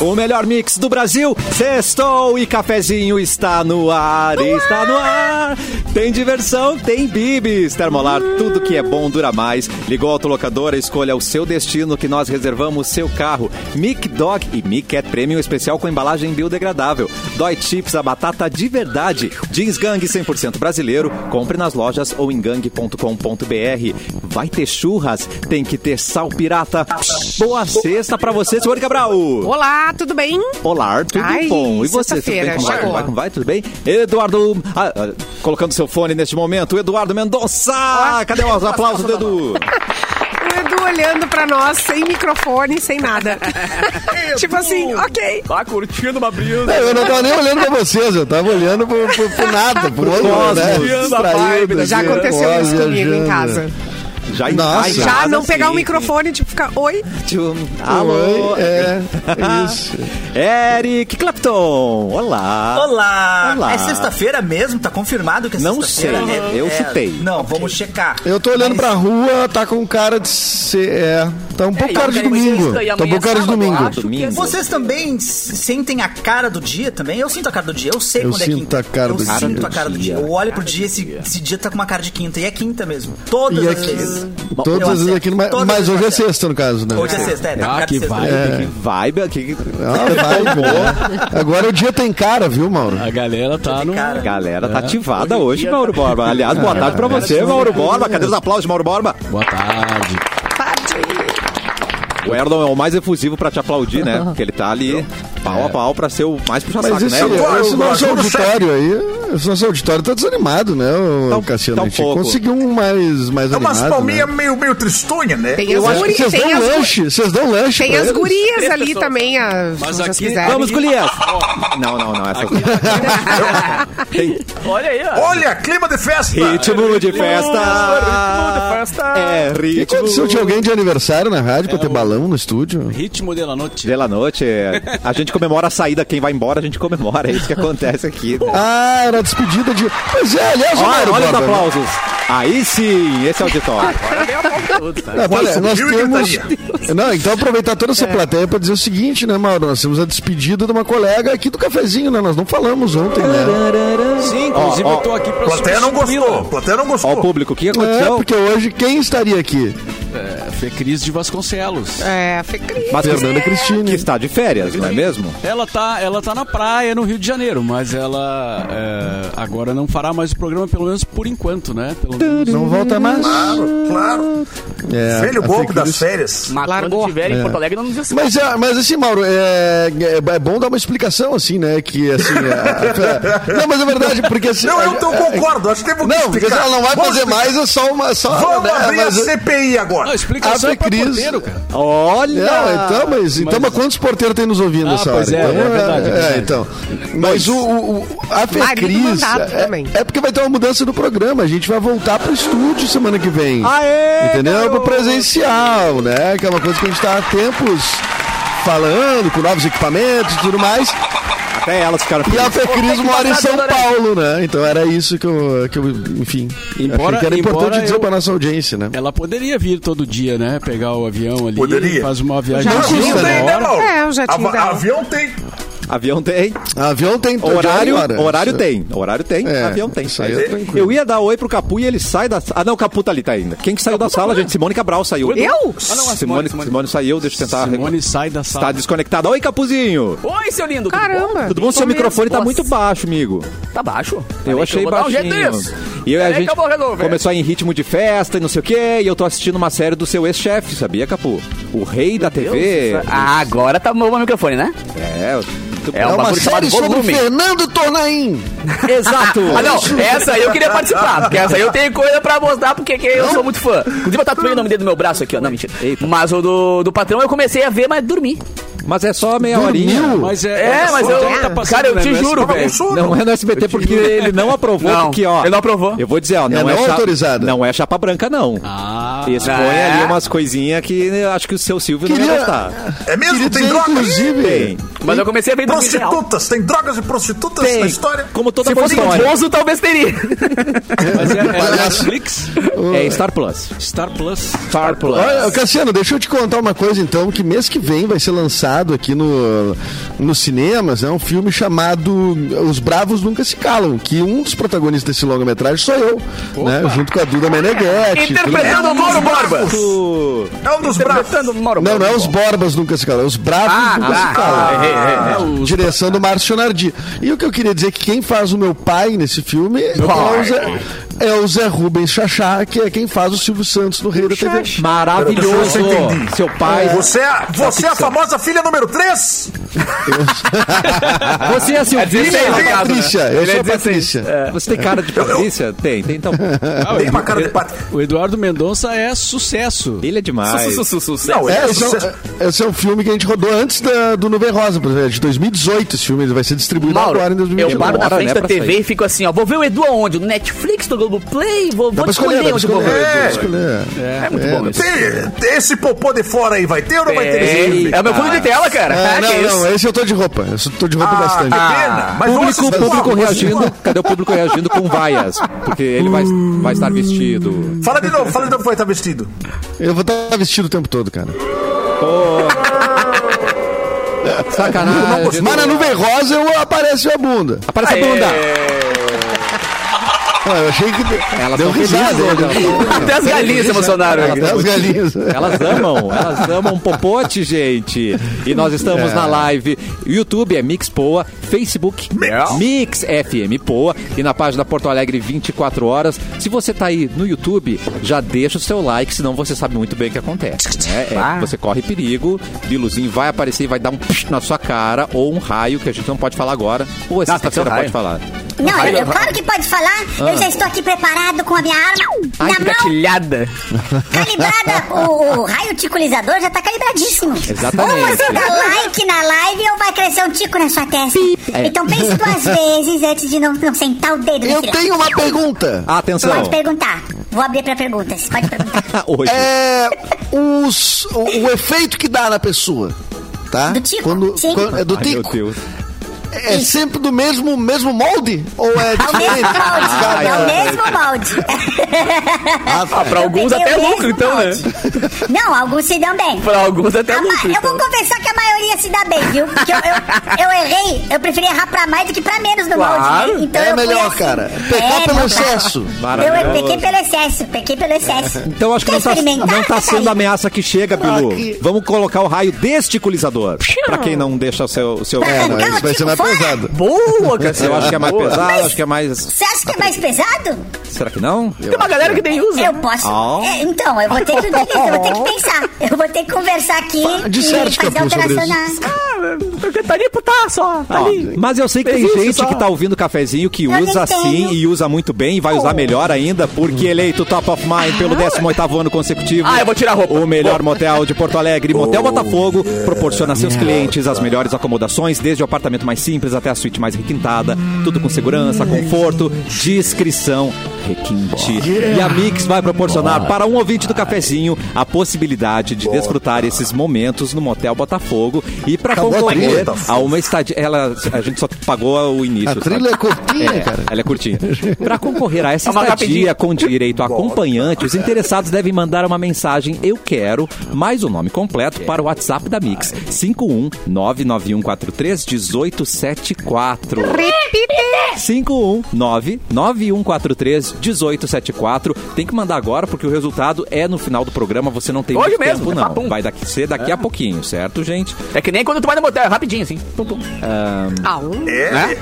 O melhor mix do Brasil, sextou e cafezinho está no ar, está no ar. Tem diversão, tem bibis. Termolar, tudo que é bom dura mais. Ligou a autolocadora, escolha o seu destino que nós reservamos seu carro. Mic Dog e Mic é Cat Premium especial com embalagem biodegradável. Dói Chips, a batata de verdade. Jeans Gang 100% brasileiro. Compre nas lojas ou em gang.com.br. Vai ter churras, tem que ter sal pirata. Boa sexta pra você, senhor Cabral. Olá, tudo bem? Olá, tudo Ai, bom? E você, tudo bem? sexta-feira, Como vai, como chegou. vai, como vai? Tudo bem? Eduardo, ah, ah, colocando seu fone neste momento, Eduardo Mendonça! Cadê os aplausos do O Edu? Edu olhando pra nós, sem microfone, sem nada. tipo assim, ok. Tá curtindo uma brisa. Não, eu não tava nem olhando pra vocês, eu tava olhando pro, pro- pro nada, pro outro, né? cosmos. Distraído, né? Já assim, aconteceu isso ó, comigo em viajando. casa. Já em Nossa. ai, Já Já não pegar o assim. sim. microfone, tipo, ficar, oi? Tchum. Alô? Alô? É, é isso. Eric Clapton! Olá! Olá! Olá. É sexta-feira mesmo? Tá confirmado que é Não sexta-feira? sei, né? É, eu chutei. Não, vamos checar. Eu tô olhando Mas pra rua, tá com cara de ser. É, tá um pouco e cara de amanhã é domingo. sexta, e Tá um amanhã é pouco cara de sábado, domingo. eu acho. Domingo. Vocês também s- sentem a cara do dia também? Eu sinto a cara do dia, eu sei Eu quando é sinto quinta. a cara eu do sinto dia. a cara do dia. Eu olho pro dia, esse, esse dia tá com uma cara de quinta. E é quinta mesmo. Todas E as aqui- vezes. Todas Eu as vezes acerto. aqui, mas, Todas mas as hoje é vezes eu acerto. sexta, no caso, né? Hoje é sexta, é. Tá com Ah, cara de que sexta. vibe. Que vibe aqui. Ah, vai, bom. Agora o dia tem cara, viu, Mauro? A galera tá no. A Cara, galera tá É. ativada Hoje em hoje, dia Mauro tá- Borba. Aliás, boa tarde É. pra você, Parece Mauro Borba. Cadê os aplausos, Mauro Borba? Boa tarde. O Erlon é o mais efusivo pra te aplaudir, né? Porque ele tá ali pau a pau pra ser o mais É. Mas é- puxa-saco, esse, né? Erlon? esse nosso auditório aí, esse nosso auditório tá desanimado, né, o Tá um- Cassiano? tá um a gente pouco. conseguiu um mais, mais É animado, umas né? palminhas meio, meio tristonha, né? Tem Eu as, acho que guri, vocês tem dão as, gu- lanche, vocês dão lanche tem pra as eles. gurias Três ali pessoas. também, as, Mas se vocês aqui- quiserem. Vamos, Golias! Não, não, não. Essa... Olha aí, ó. Olha, clima de festa! Ritmo de Ritmo de festa! festa. É E ritmo aconteceu de alguém de aniversário na É rádio pra ter balão no estúdio? Ritmo de la noite. Pela noite, é, a gente comemora a saída. Quem vai embora, a gente comemora. É isso que acontece aqui. Né? Ah, era a despedida de. Pois é, aliás, o Olha, Mauro olha os Borba, né? aplausos. Aí sim, esse é auditório. Ah, olha, Quase nós subiu e temos... gritaria. Não, então aproveitar É. toda essa plateia para dizer o seguinte, né, Mauro? Nós temos a despedida de uma colega aqui do cafezinho, né? Nós não falamos ontem, né? Sim, inclusive Ó, ó. eu tô aqui pra Plateia não substituí-la. gostou, plateia não Ó, o gostou. público, o que É, aconteceu? porque hoje quem estaria aqui? É, Fê Cris de Vasconcelos. É, foi incrível. Mas que- Fernanda que Cristine. está de férias, não é mesmo? Ela tá, ela tá na praia no Rio de Janeiro, mas ela é, agora não fará mais o programa, pelo menos por enquanto, né? Pelo menos. Não volta mais. Claro, claro. É, Velho a bobo Fecris- das férias. Mas Largou. quando tiver em Porto Alegre, não nos esquece. Mas, ah, mas assim, Mauro, é, é- é bom dar uma explicação, assim, né? Que assim. a- a- não, mas é verdade, porque assim. Não, eu não a- a- concordo, acho que temos que Não, porque explicar. ela não vai Vamos fazer explicar. mais, é só uma. Só, Vamos né, abrir a mas- CPI agora. Não, explicação A é pra Cris- porteiro, cara. Olha! Não, então, mas, então, mas quantos porteiros tem nos ouvindo Ah, essa hora? pois é, é verdade, é verdade. então. Mas o, o- o- a Marido Fecris. mandado É, também. é porque vai ter uma mudança no programa. A gente vai voltar pro estúdio semana que vem. Aê, Entendeu? É garoto! Pro presencial, né? Que é uma coisa que a gente tá há tempos falando, com novos equipamentos e tudo mais. Até elas ficaram E a felizes. Fecris que mora em passar São dentro da Paulo, né? Então era isso que eu, que eu enfim. Embora- achei que era importante embora dizer eu- pra nossa audiência, né? Ela poderia vir todo dia, né? Pegar o avião ali, Poderia. faz uma viagem Já de tinha, uma né, hora. Mauro? É, eu já tinha Ava- dado. Avião tem. Avião tem. Avião tem todo dia Horário, agora. horário tem. Horário tem, né? É, avião tem. isso aí é tranquilo. Eu ia dar oi pro Capu e ele sai da sala. Ah, não, o Capu tá ali, tá ainda. Quem que saiu da sala, gente? Simone Cabral saiu. Eu? Ah, não, a Simone, Simone, saiu, deixa eu tentar. Simone sai da Tá sala. desconectada. Oi, Capuzinho! Oi, seu lindo. tudo Caramba. Tudo bom? Seu mesmo, microfone tá boss. muito baixo, amigo. bom? Tá baixo. Peraí Eu que achei vou dar um baixinho. jeito nisso. E eu- a Peraí que gente eu vou resolver. começou em ritmo de festa e não sei o quê, e eu tô assistindo uma série do seu ex-chefe, sabia, Capu? O Rei da TV. Ah, agora tá bom o microfone, né? É, muito É É um uma bagulho série chamado sobre volume. Fernando Tornaim. Exato! Ah, não, essa aí eu queria participar, porque essa aí eu tenho coisa pra mostrar, porque que eu sou muito fã. Inclusive, eu tatuei o nome dele no meu braço aqui, ó. Não, mentira. Mas o do, do patrão eu comecei a ver, mas dormi. Mas é só meia horinha. Dormiu? Mas é, É, mas onde eu. é que tá passando, cara, eu né, te no juro, SBT? velho. Não é no SBT porque ele não aprovou, Não, porque, ó. ele não aprovou. Eu vou dizer, ó, não É é, não cha- autorizado. Não é chapa branca, não. Ah, Expõe É. ali umas coisinhas que eu acho que o seu Silvio não Queria- ia gostar. É mesmo? Queria Tem dizer, drogas? inclusive, Tem. Mas eu comecei a ver dormir. real. Prostitutas, tem drogas e prostitutas Tem. na história? Como toda Se boa fosse história. famoso, talvez teria. mas é, é Palhaço. Netflix? o É Star Plus. Star Plus. Star Plus. Olha, Cassiano, deixa eu te contar uma coisa então, que mês que vem vai ser lançado aqui no, nos cinemas, né, um filme chamado Os Bravos Nunca Se Calam, que um dos protagonistas desse longa-metragem sou eu, né, junto com a Duda Meneghetti. Interpretando o Mauro Borba. É um dos bravos. Interpretando o Mauro Não, Borba. não é os Borbas Nunca Se Calam, é os Bravos Ah, Nunca Se Calam. Ah, Direção do Márcio Nardi. E o que eu queria dizer é que quem faz o meu pai nesse filme é o, Zé, é o Zé Rubens Chachá, que é quem faz o Silvio Santos no Rei da TV. Maravilhoso. Eu entendi. Seu Ah, pai. Você é, Tá você é a famosa filha número 3? Você é seu filho? Eu sou a Obrigado, né? Patrícia, eu Ele sou é a 16. Patrícia. Você tem cara de Patrícia? Tem, tem então. É, Tem pra cara de pat... O Eduardo Mendonça é sucesso. Ele é demais. Su- su- su- su- Não, É, é, esse, é, sucesso. um- esse é um filme que a gente rodou antes da- do Nuvem Rosa, por exemplo, é de 2018 esse filme, ele vai ser distribuído né? Mauro, agora em 2018. eu paro na Demora, frente né, da pra TV sair. e fico assim, ó. Vou ver o Edu aonde? No Netflix, no Globoplay? Vou, Dá vou pra escolher, dá escolher pra onde eu vou escolher. ver. dá pra escolher. É muito bom isso. Tem, tem esse popô de fora aí, vai ter ou não vai ter esse filme? É, é o meu fundo de tela, cara. É, Ah, que não, isso? não, esse eu tô de roupa, esse eu tô de roupa bastante. que pena. Mas Público, nossa, público pessoal, reagindo. Cadê o público reagindo com vaias? Porque ele vai, vai estar vestido. Fala de novo, fala de novo, vai estar vestido. Eu vou estar vestido o tempo todo, cara. Sacanagem. Ah, Mas na Nuvem Rosa eu aparece a bunda. Aparece a É. bunda. Ah, eu achei que Elas deu são risada. felizes hoje, né? Até as galinhas se emocionaram. aqui. Até as galinhas. Elas amam, elas amam popote, gente. E nós estamos na live. YouTube é Mix Poa, Facebook Mix FM Poa e na página Porto Alegre 24 horas. Se você tá aí no YouTube, já deixa o seu like, senão você sabe muito bem o que acontece. né? É, você corre perigo, Biluzinho vai aparecer e vai dar um psh na sua cara ou um raio que a gente não pode falar agora. Ou essa sexta-feira pode falar. Não, eu, eu- claro que pode falar. Eu já estou aqui preparado com a minha arma Ai, na que mão, Gatilhada. calibrada. O, o raio ticulizador já tá calibradíssimo. Exatamente. Ou você dá like na live ou vai crescer um tico na sua testa. Então pense duas vezes antes de não, não sentar o dedo no Eu final. tenho uma pergunta. Ah, Atenção. Pode perguntar. Vou abrir pra perguntas. Pode perguntar. Hoje. É os, o, o efeito que dá na pessoa, tá? Do tico? Quando, Sim. quando- é do Ai, meu tico. Deus. É sempre do mesmo, mesmo molde? Ou é É o diferente? mesmo molde. É o mesmo Ah, molde. tá. Pra alguns Eu tenho até o lucro, mesmo então, né? molde. Não, alguns se dão bem. Pra alguns até A ma- lucro. Ah, eu vou confessar que a maioria se dá bem, viu? Porque eu, eu, eu errei, eu preferi errar pra mais do que pra menos no Claro. molde. Então É eu fui melhor, assim. cara. Pecar pelo não dá. excesso. Eu pequei pelo excesso, pequei pelo excesso. Então acho que Quer não tá, experimentar, não tá sendo a Catarina? ameaça que chega, Bilu. Vamos colocar o raio desticulizador. Pra quem não deixa o seu. o seu- É, Não, Cara, isso vai tico ser mais fora. pesado. Boa, Cassiano. Eu acho que é mais Boa. pesado, acho que é mais. Você acha que é mais pesado? Será que não? Tem uma galera que nem usa. Eu posso. Ah. É, então, eu vou ter que utilizar, eu vou ter que pensar. Eu vou ter que conversar aqui Disserte, e fazer Capu, sobre alteração isso. na. Eu tá ali, tá só. Tá Ó, ali. mas eu sei que tem Existe gente só. que tá ouvindo o cafezinho que Eu usa entendo. assim e usa muito bem e vai usar melhor ainda, porque eleito top of mind pelo 18º ano consecutivo. Ah, eu vou tirar a roupa. Oh. O melhor motel de Porto Alegre, Motel Botafogo, proporciona a seus clientes as melhores acomodações, desde o apartamento mais simples até a suíte mais requintada. Tudo com segurança, conforto, discrição, requinte. E a Mix vai proporcionar para um ouvinte do cafezinho a possibilidade de desfrutar esses momentos no Motel Botafogo e para Acabou a concorrer trilha. a uma estadia. Ela, a gente só pagou o início. A sabe? trilha é curtinha, cara. Ela é curtinha. Para concorrer a essa É uma estadia rapidinha. com direito a acompanhante, os interessados devem mandar uma mensagem Eu Quero, mais o nome completo, para o WhatsApp da Mix. 51991431874. Repite! 51991431874. Tem que mandar agora, porque o resultado é no final do programa. Você não tem Hoje muito mesmo, tempo, é não. papum. Vai daqui, ser daqui a pouquinho, certo, gente? É que nem quando tu vai no motel, é rapidinho, assim. Pum, pum. Ah, um. Né?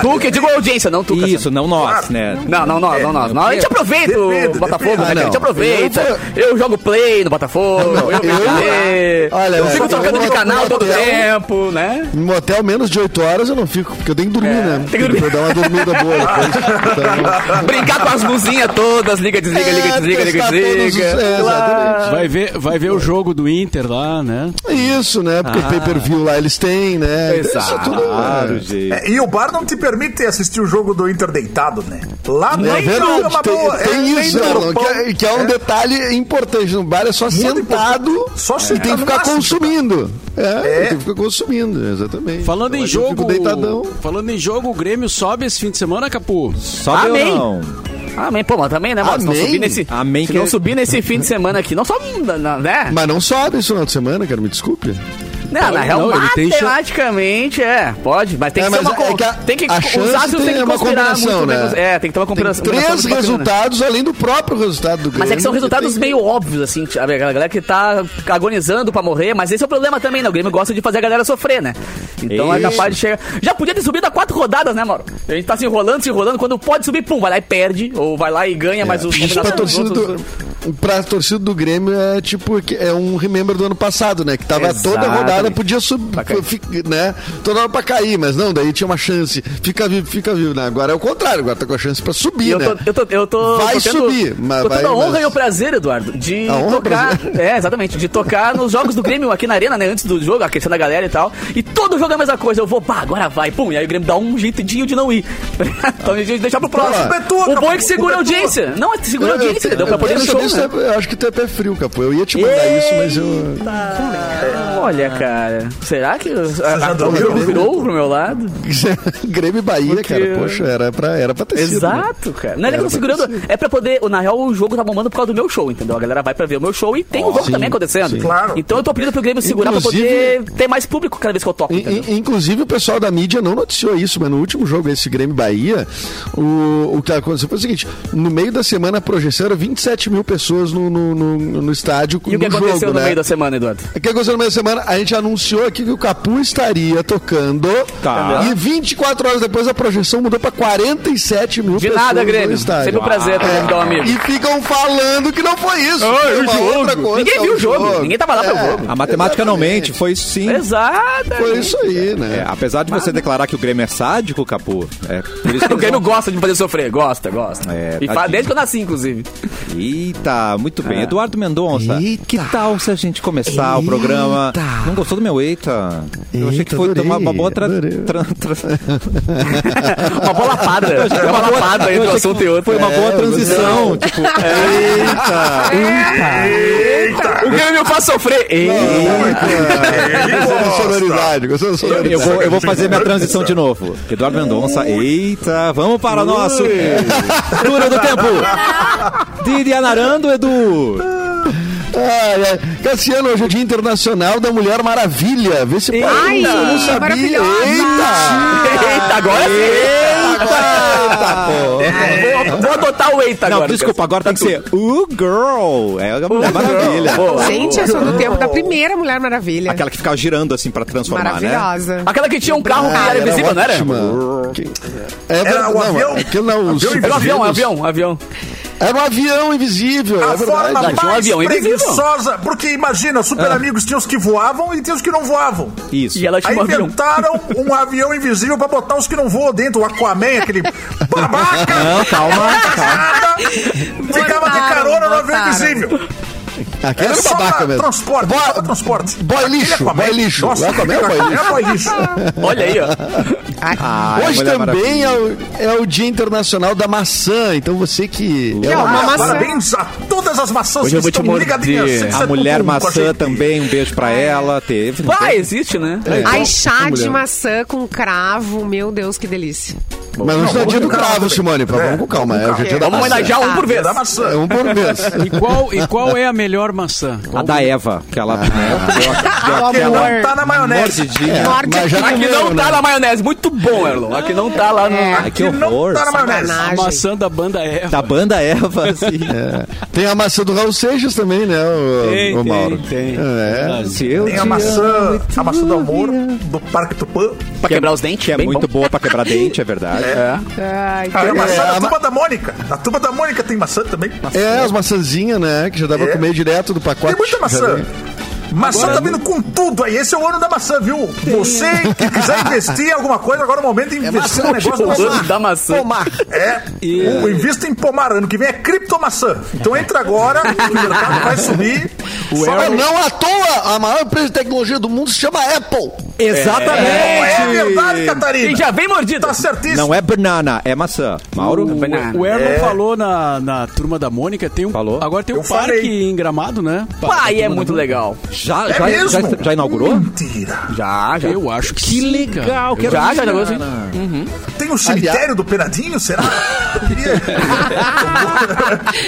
Tu que eu digo audiência, não tu, Cassiano. Isso, não nós, né? Não, não, nós, não, nós. Nós, A gente aproveita Depende, o Botafogo, depende. né, cara? A gente Ah, não. aproveita. Eu, jogo play no Botafogo, eu, vejo eu- TV, Olha, eu fico eu- trocando eu- de eu- canal eu- todo eu- tempo, né? Em motel, menos de 8 horas eu não fico, porque eu tenho que dormir, né? tem que dormir. Vou dar uma dormida boa depois. Brincar com as luzinhas todas, liga, desliga, É, liga, Então, desliga, liga, desliga. desliga. Vai ver, vai ver o jogo do Inter lá, né? Isso, né? Porque pay per view lá eles têm, né? Isso Exato. tudo. né? gente. É, e o bar não te permite assistir o jogo do Inter deitado, né? Lá É dentro verdade, é uma tem, boa. tem é, isso, dentro Alan, do pão. que, é- que é um É. detalhe importante no bar, é só sentado importante. Só e sentado tem que no ficar máximo, consumindo. É, É. tem que ficar consumindo, exatamente. Falando em Então, eu jogo. Fico deitadão. Falando em jogo, o Grêmio sobe esse fim de semana, Capu. Sobe ou Amém. não? Amém. Pô, mas também, né, mano? Se não Amém. subir nesse, Amém se que- não subir nesse fim de semana aqui, não só, na- na- né? Mas não sobe esse final de semana, cara, me desculpe. Não, na real, Não, ele tem chance- matematicamente, é, pode, mas tem É, que ser mas é uma... co- que a- tem que, a os chance ácidos tem tem que uma considerar combinação, muito né? menos- É, tem que ter uma Tem combinação muito três bacana. resultados além do próprio resultado do Grêmio. Mas é que são resultados Tem- meio óbvios, assim, sabe? A galera que tá agonizando pra morrer, mas esse é o problema também, né? O Grêmio gosta de fazer a galera sofrer, né? Então é Isso. capaz de chegar. Já podia ter subido a quatro rodadas, né, Mauro? A gente tá se enrolando, se enrolando. Quando pode subir, pum, vai lá e perde. Ou vai lá e ganha, mas os Isso É. pra combinação dos torcida, outros- do, pra torcida do Grêmio é tipo que é um remember do ano passado, né? Que tava toda Exatamente. rodada, podia subir, cair. né? Toda hora pra cair, mas não, daí tinha uma chance. Fica vivo, fica vivo, né? Agora é o contrário, agora tá com a chance pra E subir, eu né? tô, eu tô, eu tô, Vai tô tendo- subir, mas tô tendo vai- a honra mas- e o prazer, Eduardo, de A honra e o tocar. prazer. É, exatamente, de tocar nos jogos do Grêmio aqui na arena, né? Antes do jogo, aquecendo a galera e tal. E todo jogo é a mesma coisa. Eu vou, pá, agora vai, pum. E aí o Grêmio dá um jeitinho de não ir. então a gente deixar pro próximo. culpa é tua, o bom é Capu, que segura a culpa é tua. audiência. Não, segura a audiência, entendeu? Pra eu poder ir no quero show. saber se né? tu é- eu acho que tu é pé frio, Capô. Eu ia te mandar isso, mas eu. Olha, cara, será que a, a, já o jogo dormiu? virou pro meu lado? Grêmio e Bahia, cara. Poxa, era pra, era pra ter sido, né? Exato, cara. Não é nem que eu tô Era pra segurando. É pra poder. Na real, o jogo tá bombando por causa do meu show, entendeu? A galera vai pra ver o meu show e tem o jogo sim, também acontecendo. sim. Claro. Então eu tô pedindo pro Grêmio segurar Inclusive- pra poder ter mais público cada vez que eu toco, In- entendeu? in- Inclusive o pessoal da mídia não noticiou isso, mas no último jogo, esse Grêmio Bahia, o, o que aconteceu foi o seguinte: no meio da semana a projeção era 27 mil pessoas no, no, no- no estádio. E o que no aconteceu jogo, no né? meio da semana, Eduardo? O que aconteceu no meio da semana? A gente anunciou aqui que o Capu estaria tocando. Tá. E 24 horas depois a projeção mudou pra 47 mil De pessoas. nada, no Grêmio. estádio. É. Sempre um prazer ter um amigo. E ficam falando que não foi isso. foi uma outra coisa, Ninguém viu o jogo, ninguém tá tava lá pra É. jogo. A matemática não mente, foi isso sim. Exato. Foi isso aí, né? É, apesar de você declarar que o Grêmio é sádico, Capu, é por isso que O eles Grêmio vão- gosta de me fazer sofrer, gosta, gosta. É, e faz tadinho. desde que eu nasci, inclusive. Eita, muito bem. Eduardo Mendonça, que tal se a gente começar o programa? Não gostou do meu eita? Eu achei que Eita, foi adorei, uma, uma boa tra... adorei. tra- tra- Uma bola padra. É uma bola padra entre um assunto e outro. Foi uma boa transição. É, Tipo, O Grêmio faz sofrer. Ei. é É, Gostou da sonoridade, gostou da sonoridade. eu vou, eu vou fazer minha transição de novo. Eduardo Mendonça, eita, vamos para o nosso Túnel do Tempo. Didi Anarando, Edu. Ai, ai. Cassiano, hoje é Dia Internacional da Mulher Maravilha. Vê se pode. Ai, é eu não sabia. maravilhosa. Eita! Eita, agora Ah. sim. Vou, vou adotar o Eita Não, agora. desculpa, agora tem que ser o Girl. É a Mulher Maravilha. Boa. Gente, eu sou do tempo da primeira Mulher Maravilha. Aquela que ficava girando assim pra transformar, né? Maravilhosa. Aquela que tinha um carro que era invisível, não era? Ah, ótima. Que- É, Era o não, avião? Aquilo não, os Avião Era um avião, um supervillanos- avião, um avião. Era um avião invisível. A é verdade. forma tinha um mais avião invisível. preguiçosa, porque imagina, os É. super amigos tinham os que voavam e tinha os que não voavam. Isso. E ela tinha Aí um avião. inventaram um avião invisível pra botar os que não voam dentro, o Aquaman, aquele babaca! Não, calma, Ficava de Botaram, carona no avião botaram. invisível. Aquele era É um só pra é babaca mesmo. transporte, Boy- só pra transporte. boy Aquele é lixo, Aquaman. boy lixo. Nossa, O Aquaman é boy lixo. É boy lixo. Olha aí, ó. Ah, Hoje Mulher também Maravilha. é o, é o Dia Internacional da Maçã. Então você que. é Não, uma- uma Ah, maçã. Parabéns a todas as maçãs Hoje que eu vou te estão morder. ligadinhas. A 107.1 mulher tá com a maçã gente. também, um beijo pra ela. Teve. não Vai, teve? existe, né? é Ai, chá de mulher. maçã com cravo, meu Deus, que delícia. Mas não, Não, está dia do vamos com calma cravo, também. Simone. pá, É, Vamos com calma. É o dia da Vamos maçã. homenagear um por É vez. da maçã. É um por mês. E qual, e qual é a melhor maçã? A da Eva, que ela né, deu, a- Porque deu não aquela tá na maionese. mordidinha. Morde É, mas já Aqui comeu, não né? tá na maionese. Muito bom, Erlon. Aqui não tá lá no. Ai, que não horror. tá na maionese. Sacanagem. A maçã da banda Eva. Da banda Eva, assim. Tem a maçã do Raul Seixas também, né, o, Tem, o tem, Mauro? tem. É. Se eu Tem te a maçã, amo, a maçã do amor, do Parque Tupã. Pra quebrar os dentes, Que é bem muito boa pra quebrar dente, é verdade. Ai, Tem a maçã é, da a tuba da Mônica. A tuba da Mônica tem maçã também. É, as maçãzinhas, né? Que já dá pra É. comer direto do pacote. Tem muita Já maçã. vem. Maçã tá vindo com tudo aí. Esse é o ano da maçã, viu? Você que quiser investir em alguma coisa, agora é o momento de investir no negócio O da tipo doce maçã. da maçã. É, o invista em pomar. Ano que vem é criptomaçã. Então entra agora, o mercado vai subir. O Ah, Erwin- não à toa, a maior empresa de tecnologia do mundo se chama Apple. Exatamente! É verdade, Catarina. E já vem mordida. Tá certíssimo. Não é banana, é maçã. Mauro? Banana. O Erlon falou na, na turma da Mônica, tem um. Falou. Agora tem um Eu parque falei. em gramado, né? Pa- da Pai, turma é da Mônica. muito legal. Já, É já, mesmo? já, já inaugurou? Mentira. Já, já. Ah, Eu acho que. Que sim, cara. legal, Ah, Eu é. quero Já, ir, já, já. cara. assim. Tem o cemitério do Penadinho, será?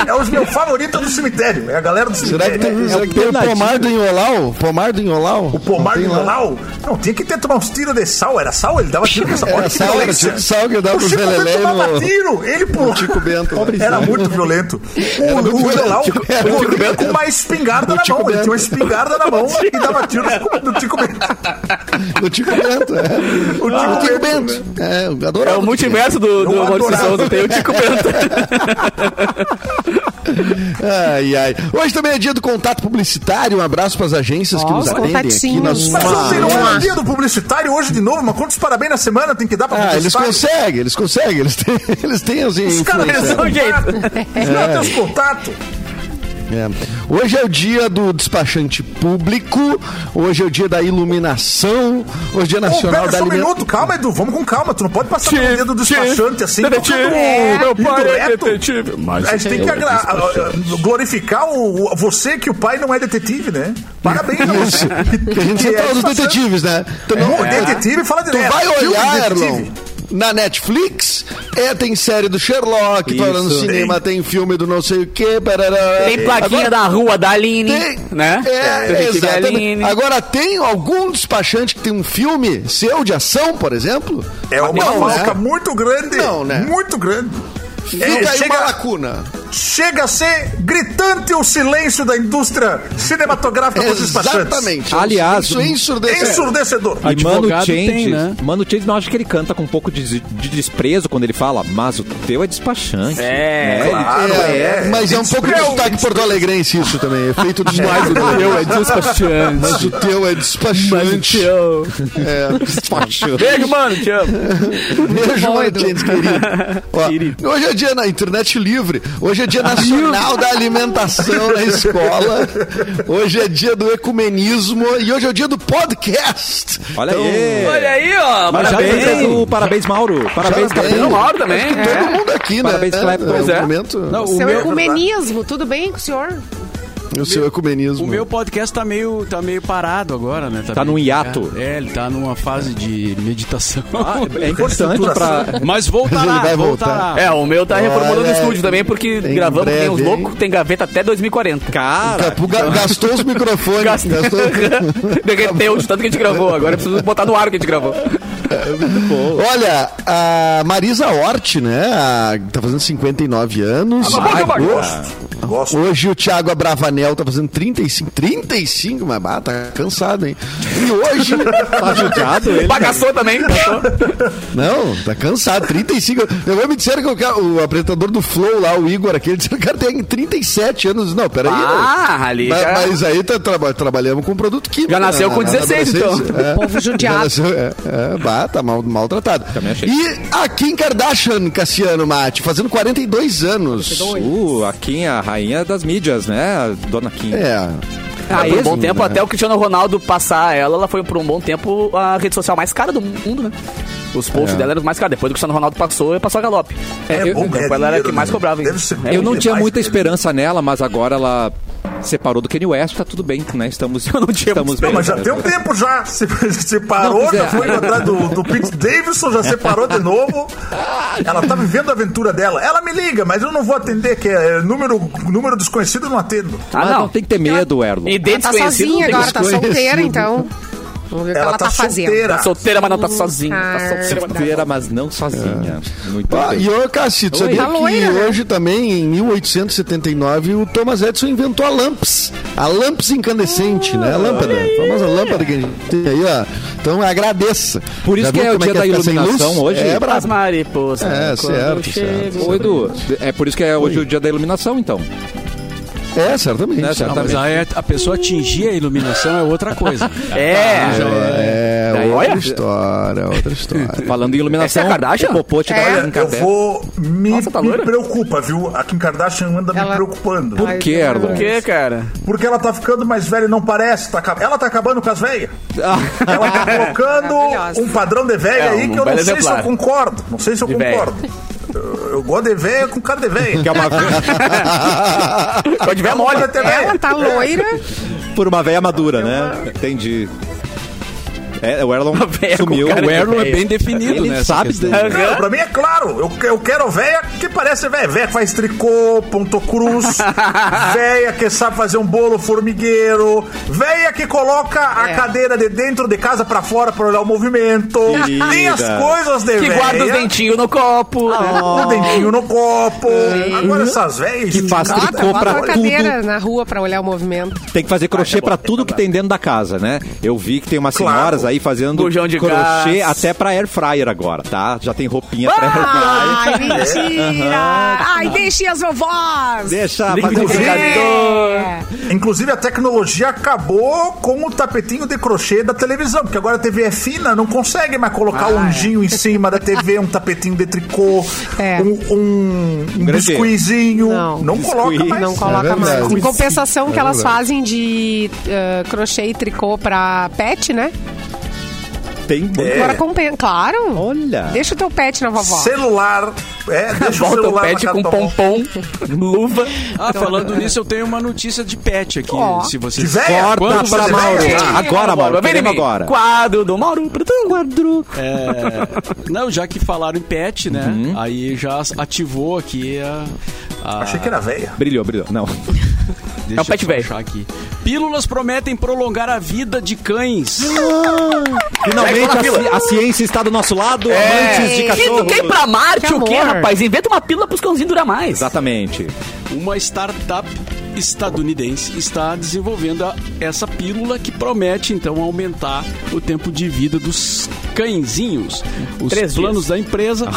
é os meus favoritos do cemitério. É a galera do Será que cemitério. É tem, será que tem o Penadinho. pomar do Inholau? Pomar do Inholau? O pomar Não tem do lá? Lalau? Não, tinha que ter tomar uns tiros de sal. Era sal? Ele dava tiro com essa Era sal, era tipo sal que dava O pro Chico Bento Zelelé tomava no... tiro. Ele O pulou. Tico Bento. né? lá. Era muito violento. O, é. muito o violento. Elau Era o Tico corria Bento. com uma espingarda na Tico mão. Ele Bento. tinha uma espingarda na mão e dava tiro no Tico Bento. O Tico Bento, é. O Tico, Bento. É, eu adorava. É o Tico multiverso do, do Eu Maurício adorava. Souza, tem o Tico Bento. Ai, ai. Hoje também é dia do contato publicitário. Um abraço para as agências que Ó, nos os atendem aqui. Ah, contatinhos. Nós... Mas ontem não era Nossa. dia do publicitário hoje de novo, mas quantos parabéns na semana tem que dar pra Ah, eles publicitário? conseguem, eles conseguem. Eles têm, eles têm as Os caras influências. eles Dá um contato. Os caras têm os contatos. É. Hoje é o dia do despachante público, hoje é o dia da iluminação, hoje é o dia Ô, nacional pera da só um alimentação. minuto, calma, Edu, vamos com calma. Tu não pode passar pelo dedo do despachante assim. tocando- indo é reto. Mas É A gente tem que agra- a- a- glorificar o, o- você que o pai não é detetive, né? Parabéns, Isso. Que a gente tá sempre é fala dos despachante. detetives, né? Tu, não- Ô, Detetive fala tu direto. vai É, Filme de olhar, detetive. Erlon, na Netflix, é, tem série do Sherlock, tu vai lá no Isso. cinema, tem filme do não sei o quê, parará. Tem plaquinha Agora- da rua da Aline, Tem, né? É, Tem que ver a exatamente. Aline. Agora, tem algum despachante que tem um filme seu de ação, por exemplo? É uma Não, né? falca muito grande. Não, né? Muito grande. É, Fica aí uma chega, lacuna. chega a ser gritante o silêncio da indústria cinematográfica É um dos despachantes. Exatamente. Aliás, isso um é ensurdecedor. Ensurdecedor. E Mano Advogado Changes, tem, né? Mano Changes, eu acho que ele canta com um pouco de, des- de desprezo quando ele fala, mas o teu é despachante. É, Né? claro, É, é. Mas é um pouco de sotaque porto-alegrense isso também. É feito de mais Eu é despachante. Mas o teu é despachante. É, despachante. Beijo, mano, te amo. Beijo, Martins, querido. Ó, Hoje é dia na internet livre. Hoje é dia nacional da alimentação na escola. Hoje é dia do ecumenismo. E hoje é o dia do podcast. Então, Olha aí. Então, Olha aí, ó. Mas já tá parabéns. fez o parabéns, Mauro. Parabéns, Parabéns. Capitão. Tem o Mauro também. é. Todo mundo aqui, Parabéns, né? Clepton. É, Pois o é. momento, Não, o Seu meu- ecumenismo, tudo bem com o senhor? o seu ecumenismo. O meu podcast tá meio, tá meio parado agora, né? Tá meio- num hiato. É, ele tá numa fase de meditação. Ah, é importante pra... Mas Ele voltará, vai voltar. voltará. É, o meu tá reformulando Olha, o estúdio também, porque em gravamos que tem breve, uns hein? loucos, tem gaveta até 2040. Cara, Capu Então, ga- gastou os microfones. Gastou. gastou... Derreteu de tanto que a gente gravou, agora eu preciso botar no ar o que a gente gravou. Olha, a Marisa Hort, né? a- tá fazendo 59 anos. Ah, mas bom que eu Hoje- Gosto. Gosto. Hoje o Thiago Abravanel tá fazendo 35. 35, mas bah, tá cansado, hein? E hoje. tá judiado ele. né? Bagaçou também. bagaçou. Não, tá cansado. 35. Eu vou me dizer que o, ca- o apresentador do Flow lá, o Igor, aquele, disse que o cara tem 37 anos. Não, peraí. Ah, né? ali Ma- já- mas, aí tá traba- trabalhamos com produto químico. né? Já nasceu com 16, então. É. Povo Já judiado. nasceu, é, é, bah, tá mal, maltratado. achei. E a Kim Kardashian, Cassiano Mate, fazendo 42 anos. Uh, a Kim, a rainha das mídias, né? A dona Kim. É. Ah, por um bom tempo, né? até o Cristiano Ronaldo passar ela, ela foi por um bom tempo a rede social mais cara do mundo, né? Os posts dela eram os mais caros. Depois do Cristiano Ronaldo passou, eu passou a galope. É eu- bom eu- ganhar ela era a que dinheiro, mais né? cobrava, hein? É, Deve ser bom Eu não demais, tinha muita né? esperança nela, mas agora ela separou do Kanye West, tá tudo bem, né? Estamos, não tinha estamos muita bem. Não, mas já tem um tempo já. Se, se Não, parou, pois é. já foi atrás do, do Pete Davidson, já separou de novo. Ela tá vivendo a aventura dela. Ela me liga, mas eu não vou atender, que é número, número desconhecido, eu não atendo. Ah, Mas não. não tem que ter medo, Erlon. E Ela tá dentro sozinha agora, tá solteira, então. Vamos ver o que Ela, ela tá, tá fazendo. solteira. Tá solteira, mas não tá sozinha. Tá solteira, mas não tá Solteira, mas não sozinha. Muito Ah, bem. e ô, Cassi, tu sabia Tá que loira, né? hoje também, em 1879, o Thomas Edison inventou a lâmpads. A lâmpads incandescente, né? Ah, A lâmpada. A famosa lâmpada que a gente tem aí, ó. Então agradeça. Por isso Já que viu é o como dia da ficar sem iluminação luz? hoje? É, As brabo. mariposas. É, quando certo, chegam. certo. Ô, Edu, é por isso que é hoje o dia da iluminação, então. É, certamente. Né, Não, mas Exatamente. aí a- a pessoa atingir a iluminação é outra coisa. É. É, Daí, outra olha. história, outra história. Falando em iluminação, Essa é a Kardashian? o popô te dá É. um Eu café. vou. Me, Nossa, tá me loira? preocupa, viu? A Kim Kardashian anda Ela- me preocupando. Ai, quê, Deus. Erlon? O que, cara? Porque ela tá ficando mais velha e não parece. tá acab- ela tá acabando com as velhas. Ela tá colocando Ah. Maravilhosa. um padrão de velha É, aí um que eu não belo sei se exemplar. eu concordo. Não sei se eu De véia. concordo. Eu, eu gosto de velha com cara de velha. Que é uma, Pode ver a mole. Vai ter véia. Ela tá loira. por uma velha madura, né? Entendi. É, o Erlon véia com sumiu. cara O O Erlon- Erlon é bem definido, ele né? sabe dele. Não, pra mim é claro, eu, que- eu quero véia que parece véia. Véia que faz tricô, ponto cruz, véia que sabe fazer um bolo formigueiro, véia que coloca a É. cadeira de dentro de casa pra fora pra olhar o movimento. Querida. Tem as coisas de Que véia. guarda os dentinhos no copo. Ah, O dentinho no copo. Agora essas véias... Que faz cara, tricô tá Bota pra uma tudo. cadeira na rua pra olhar o movimento. Tem que fazer crochê pra tudo que tem dentro da casa, né? Eu vi que tem umas Claro. senhoras aí fazendo Bujão de crochê gás. até pra air fryer agora, tá? Já tem roupinha É pra Ah! air fryer. Ai, mentira! Ai, deixem as vovós! É. Deixa fazer um Inclusive, crochê. inclusive, a tecnologia acabou com o tapetinho de crochê da televisão, porque agora a TV é fina, não consegue mais Ah, colocar é. um anjinho em cima da TV, um tapetinho de tricô, É. um, um, um Grande. biscuizinho. Não, Não. coloca mais. Não coloca É verdade. mais. Em compensação É que elas verdade. fazem de eh, crochê e tricô pra pet, né? Tem muito. É. Agora compensa. Claro! Olha. Deixa o teu pet na vovó. Celular. É, deixa o Volta celular o na pet casa com da avó. pompom, luva. Ah, tá falando nisso, eu tenho uma notícia de pet aqui. Ó. Se De vocês véia. Corta Quando pra você Mauro. vê- Agora, Mauro. Vem em Queremos mim. agora. Quadro do Mauro. Quadro. É, não, já que falaram em pet, né? Aí já ativou aqui a. a- Achei que era véia. Brilhou, brilhou. Não. deixa é o pet eu só velho. achar aqui. Pílulas prometem prolongar a vida de cães. Pega Finalmente na a, fila. ci- a ciência está do nosso lado, amantes de Quem cachorro. não quer ir pra Marte, Que o quê, amor. rapaz? Inventa uma pílula pros cãozinhos durar mais. É Exatamente. Uma startup estadunidense está desenvolvendo a- essa pílula que promete então aumentar o tempo de vida dos cãezinhos. Os Três planos dias. Ah. da empresa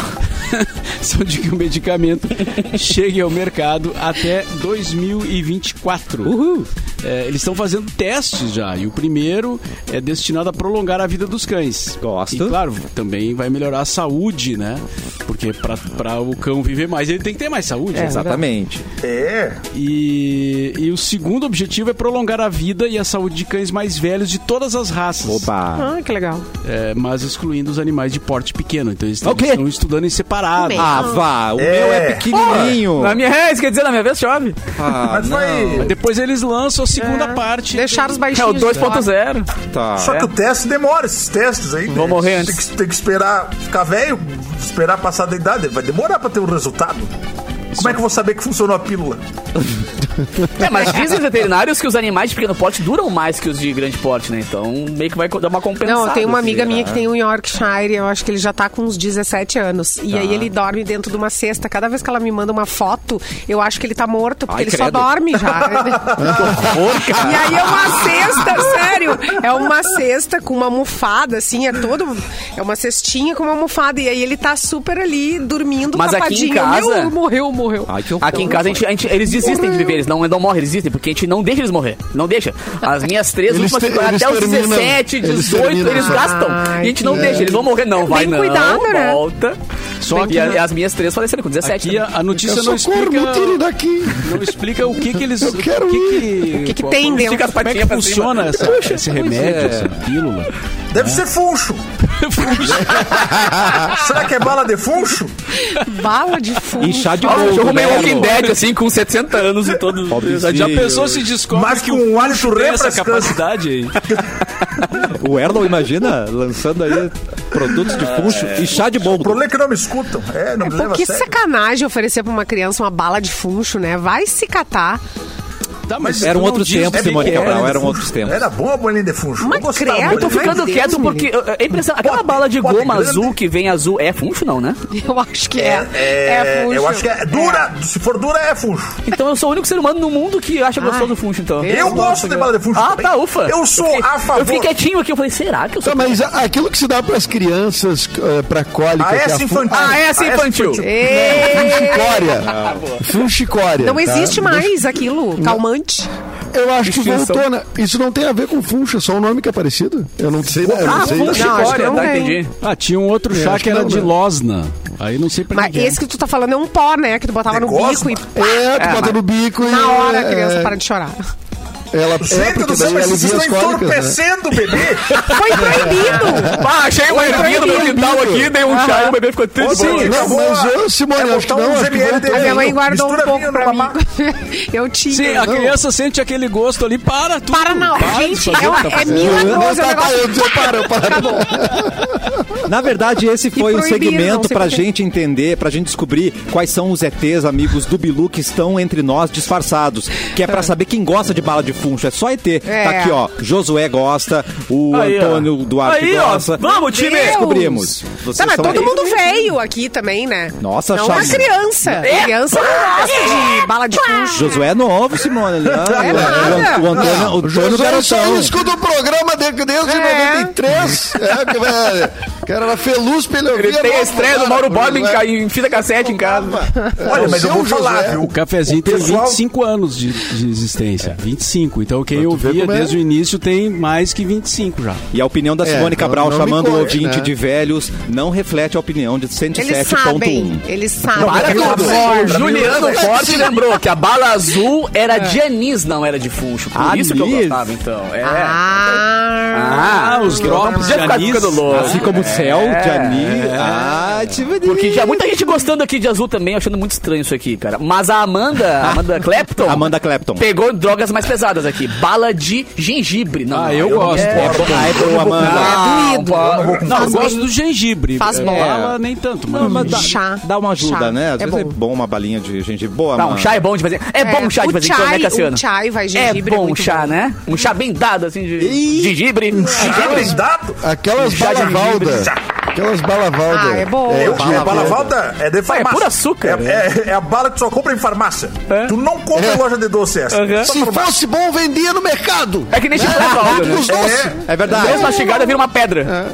são de que o medicamento chegue ao mercado até 2024. É, eles estão fazendo testes já e o primeiro é destinado a prolongar a vida dos cães. Gosto. E, claro, também vai melhorar a saúde, né? Porque para o cão viver mais ele tem que ter mais saúde. né? Exatamente. É. E, e o segundo objetivo é prolongar a vida e a saúde de cães mais velhos de todas as raças, Opa. Ah, que legal. É, mas excluindo os animais de porte pequeno. Então eles O quê? estão estudando em separado. Ah, vá. O É. meu é pequenininho. Na minha, é, isso quer dizer, na minha vez chove. Ah, Mas vai. Depois eles lançam a segunda parte. Deixar os É o baixinhos. 2.0. tá. Só que É. o teste demora, esses testes aí. Vou né? morrer Tem antes. que- Tem que esperar ficar velho, esperar passar da idade. Vai demorar pra ter o resultado. Como é que eu vou saber que funcionou a pílula? É, mas dizem os veterinários que os animais de pequeno porte duram mais que os de grande porte, né? Então meio que vai co- dar uma assim, né? compensação. Não, tem uma amiga minha que tem um Yorkshire, eu acho que ele já tá com uns 17 anos. E aí ele dorme dentro de uma cesta. Cada vez que ela me manda uma foto, eu acho que ele tá morto, porque Ai, ele credo. só dorme já. e aí é uma cesta, sério. É uma cesta com uma almofada, assim, é todo. É uma cestinha com uma almofada. E aí ele tá super ali, dormindo, Mas aqui tapadinho. em casa- Meu, morreu, morreu. Ai, que horror. Aqui em casa a gente, a gente- eles desistem de viver, eles não, não morrem, eles desistem, porque a gente não deixa eles morrer. Não deixa. As minhas três Eles últimas te- ficaram eles até os terminam. 17, Eles 18, eles, terminam. gastam. Ai, e a gente não que- É deixa, eles vão morrer. Não, vai bem não. cuidado, né? Volta. Só que e a- as minhas três faleceram com né? 17. aqui também. é a, a notícia Eu não socorro, me tire explica, daqui. não explica o que que eles... Eu quero o que ir. que, O que que tem dentro? assim, Fica as Como é que patinhas pra cima. né? funciona essa- é. esse remédio, essa pílula? Deve ser funcho. Será que é bala de funcho? Bala de fundo. Inchar de Ah, o novo. jogo um meio Walking Dead, assim, com 70 anos e todos. Pobrezinho. Já pensou se descobre Mas é que com o um hálito puxo tem essa refrescante. capacidade aí? O Erlon, imagina, lançando aí produtos de funcho e chá de O boldo. problema é que não me escutam. É, não me Pô, leva a que sério. sacanagem oferecer pra uma criança uma bala de funcho, né? Vai se catar. Tá, mas Eram um tu não outros diz tempos, o que um Simone que é. Cabral, um eram outros tempos. Era bom a bolinha de funcho. Mas eu gostava. credo, da Eu tô bolinha Ai, de ficando Deus quieto me porque eu- eu- é impressão. Aquela Pote- bala de pote goma grande. azul que vem azul é funcho, não, né? Eu acho que é. É, é, funcho. eu acho que é dura. Se for dura, é funcho. Então eu sou o único ser humano no mundo que acha gostoso do funcho, então. Eu, gosto de bala de funcho. Ah, também. tá, ufa. Eu sou fiquei- a favor. Eu fiquei quietinho aqui, eu falei, será que eu sou. Tá, mas a- aquilo que se dá pras crianças eh, pra cólica. A que é essa fu- é infantil. Ah, essa é infantil. assim, Ei, Funchicória. Funchicória. não tá? existe mais aquilo, calmante. Eu acho que Distinção. voltou, né? Isso não tem a ver com funcha, só o nome que é parecido. Eu não sei. né? eu não sei. Não, acho que Olha, não tá, tem. entendi. Ah, tinha um outro Eu chá acho que que era não, de né? losna. Aí não sei pra Mas que é. esse que tu tá falando é um pó, né? Que tu botava no Negócio, bico e É, tu bota no bico e. na hora a criança é, para de chorar. Ela, é, Gente porque do céu, daí mas vocês alivia estão as cólicas, né? entorpecendo o bebê. Foi proibido! Ah, achei uma ervinha no meu quintal aqui, dei um chá e o bebê ficou Ô, triste. Simone, não, acabou mas, a- ô, Simone, é acho que botar não, uns acho que ML não, dele A A minha mãe aí, guardou um mistura pouco vinho pra numa mim. ma- Eu tinha. Sim, a criança sente aquele gosto ali, para tudo. Para não, Para de gente, fazer é, o uma- que tá é fazendo. milagroso, é um Tá, tá, negócio... eu, eu paro, eu paro. Acabou. Na verdade, esse foi um proibiram, não segmento sei pra por quê. gente entender, pra gente descobrir quais são os ETs amigos do Bilu que estão entre nós disfarçados. Que é pra saber quem gosta de bala de funcho. É só ET. Tá aqui, ó. Josué gosta, o Aí, ó. Antônio Duarte Aí, ó. gosta. Vamos, time! Deus. Descobrimos. Vocês Tá, mas são todo aí. mundo veio aqui também, né? Nossa, Não chave. é criança. Criança não gosta de bala de puxo. Josué é novo, Simone. Não, É o- nada. o, o Antônio, é o O Antônio José só Garotão. escuta o programa desde, desde É. 93. É, que, é, cara, era feliz pra ele ouvir. Ele tem a estreia do né? Mauro Borba em, ca- em fita cassete em casa. É Olha, mas eu vou falar, viu? viu? O Um cafezinho tem pessoal- 25 anos de, de existência. É. 25. Então quem Pra tu ver ouvia como é. desde o início tem mais que 25 já. E a opinião da É, Simone não- Cabral não me chamando o corte, ouvinte né? de velhos não reflete a opinião de Eles 107.1. sabem. Eles sabem. um. Para Pra tudo. mim, pra O mim, Juliano pra mim, Forte lembrou que a bala azul era de anis, não era de funcho. Por isso que eu Anis? gostava, então. É. Ah, Ah, os drops de Já fica anis. ficando louco. Assim como o céu de Ani. É. Ah, Porque já muita gente gostando aqui de azul também, achando muito estranho isso aqui, cara. Mas a Amanda, a Amanda Clapton. Amanda Clapton. Pegou drogas mais pesadas aqui. Bala de gengibre. Não, Ah, não, eu não gosto. quero. É bom, ah, é bom, Amanda. Não, é doído. pô. Não, eu Faz bem. gosto do gengibre. Faz É, bom. Ela nem tanto, mas, dá, Chá. dá uma ajuda, Tá. Chá. né? Às É vezes é bom. bom uma balinha de gengibre. Boa, Tá, um Amanda. chá é bom de fazer. É bom um chá de o fazer, então, né, chai- Cassiano? o chai vai É gengibre, é bom um muito chá, bom. né? Um chá bem dado, assim, de Ih, é gengibre. Aqueles dados. Aquelas Já de balavalda. livre, já. Aquelas balavalda. Ah, é boa. É, Eu, de- a bala Valda é de farmácia. Ah, é puro açúcar, É, né? é- é a bala que tu só compra em farmácia. Tu não compra É. em loja de doce essa. Só Se farmácia. fosse bom, vendia no mercado. É que nem chocolate balda, né? Os doces. É verdade. É. Deus mastigada vira uma pedra.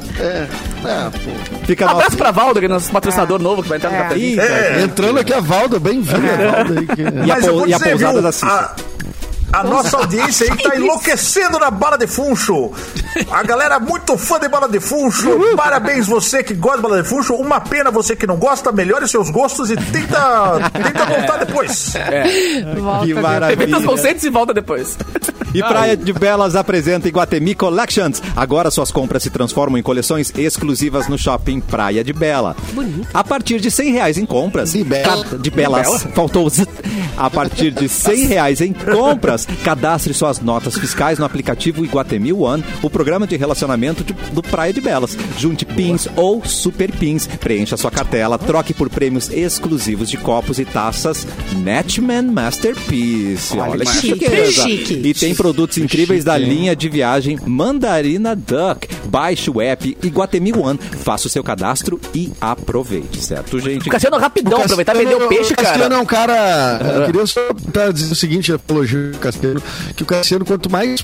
Fica Um a abraço nossa... pra Valda, que é nosso patrocinador novo que vai entrar no É. cafezinho. Ih, É. Entrando aqui a Valda, bem-vinda. Valda aí, que- É. E a Mas eu pou- vou e a dizer, pousada viu, da Cissa? A, a nossa audiência aí tá enlouquecendo na bala de funcho. A galera muito fã de bala de funcho. Parabéns você que gosta de bala de funcho. Uma pena você que não gosta. Melhore seus gostos e tenta, tenta É. voltar depois. Que Inventa os maravilha. conceitos e volta depois. E Praia de Belas apresenta Iguatemi Collections. Agora suas compras se transformam em coleções exclusivas no shopping Praia de Bela. A partir de 100 reais em compras. De Bela. Ca- De Belas. Faltou o z- A partir de 100 reais em compras, cadastre suas notas fiscais no aplicativo Iguatemi One, o programa de relacionamento de- do Praia de Belas. Junte pins ou super pins. Preencha sua cartela, troque por prêmios exclusivos de copos e taças Netman Masterpiece. Olha, que chique. chiqueza. Chique. E tem produtos incríveis da linha de viagem Mandarina Duck. Baixe o app Iguatemi One, faça o seu cadastro e aproveite, certo, gente? O Cassiano é rapidão, Então, aproveitar e vender o peixe, Cassiano é cara. um cara. Eu queria só tá, dizer o seguinte, elogio do Cassiano, que o Cassiano, quanto mais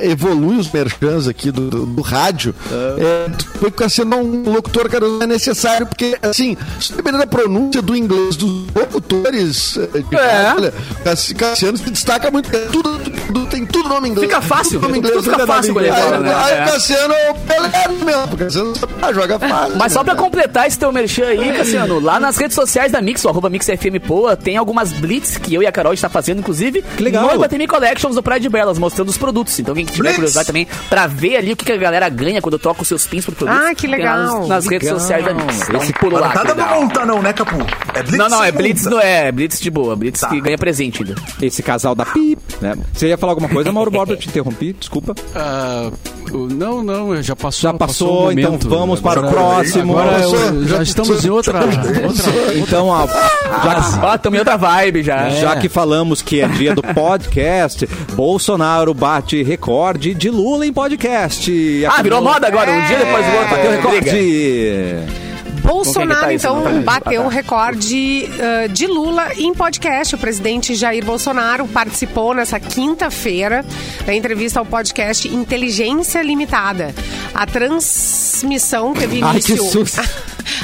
evolui os merchandising aqui do, do, do rádio, é, foi que o Cassiano é um locutor, cara, não é necessário, porque, assim, se dependendo da pronúncia do inglês dos locutores, é, de rádio, olha, Cassi- Cassiano se destaca muito. é Tudo, tudo- tem tudo nome inglês. Fica fácil, tudo nome tudo inglês. fica tudo nome fácil com ele inglês. agora, Aí- né? Aí É. o Cassiano é o Pelé mesmo. O Cassiano ah, joga fácil. Mas só pra né? completar esse teu merchan aí, Cassiano, lá nas redes sociais da Mix, o arroba Mix FM Poa, tem algumas blitz que eu e a Carol está fazendo, inclusive, que legal. no Iguatemi Collections do Praia de Belas, mostrando os produtos. Então quem tiver Blitz. curiosidade também, pra ver ali o que, que a galera ganha quando troca os seus pins por produtos. Ah, que tem lá nas- legal. Nas redes sociais da Mix. Dá um pulo lá, Mas Nada queridão. não monta, não, né, Capu? É Blitz Não, não, é sem Blitz, multa. não é, é Blitz de boa, Blitz que ganha presente ainda. Esse casal da Pip né? Você ia falar alguma coisa, Mauro Borba, eu te interrompi, desculpa. Ah, o- não, não, já passou. Já passou, o então momento. vamos para o Agora- próximo. Agora Passou, eu- já já estamos em outra. outra- Então, a- já, Ah, também outra vibe já. que- já que falamos que é dia do podcast, Bolsonaro bate recorde de Lula em podcast. E Ah, virou acumulou- moda agora, É. um dia depois do outro. Bateu briga. recorde. Bolsonaro, tá isso? então, Não tá isso. bateu Ah, um tá. recorde ah, de Lula em podcast. O presidente Jair Bolsonaro participou nessa quinta-feira da entrevista ao podcast Inteligência Limitada. A transmissão teve Ai, que início. susto.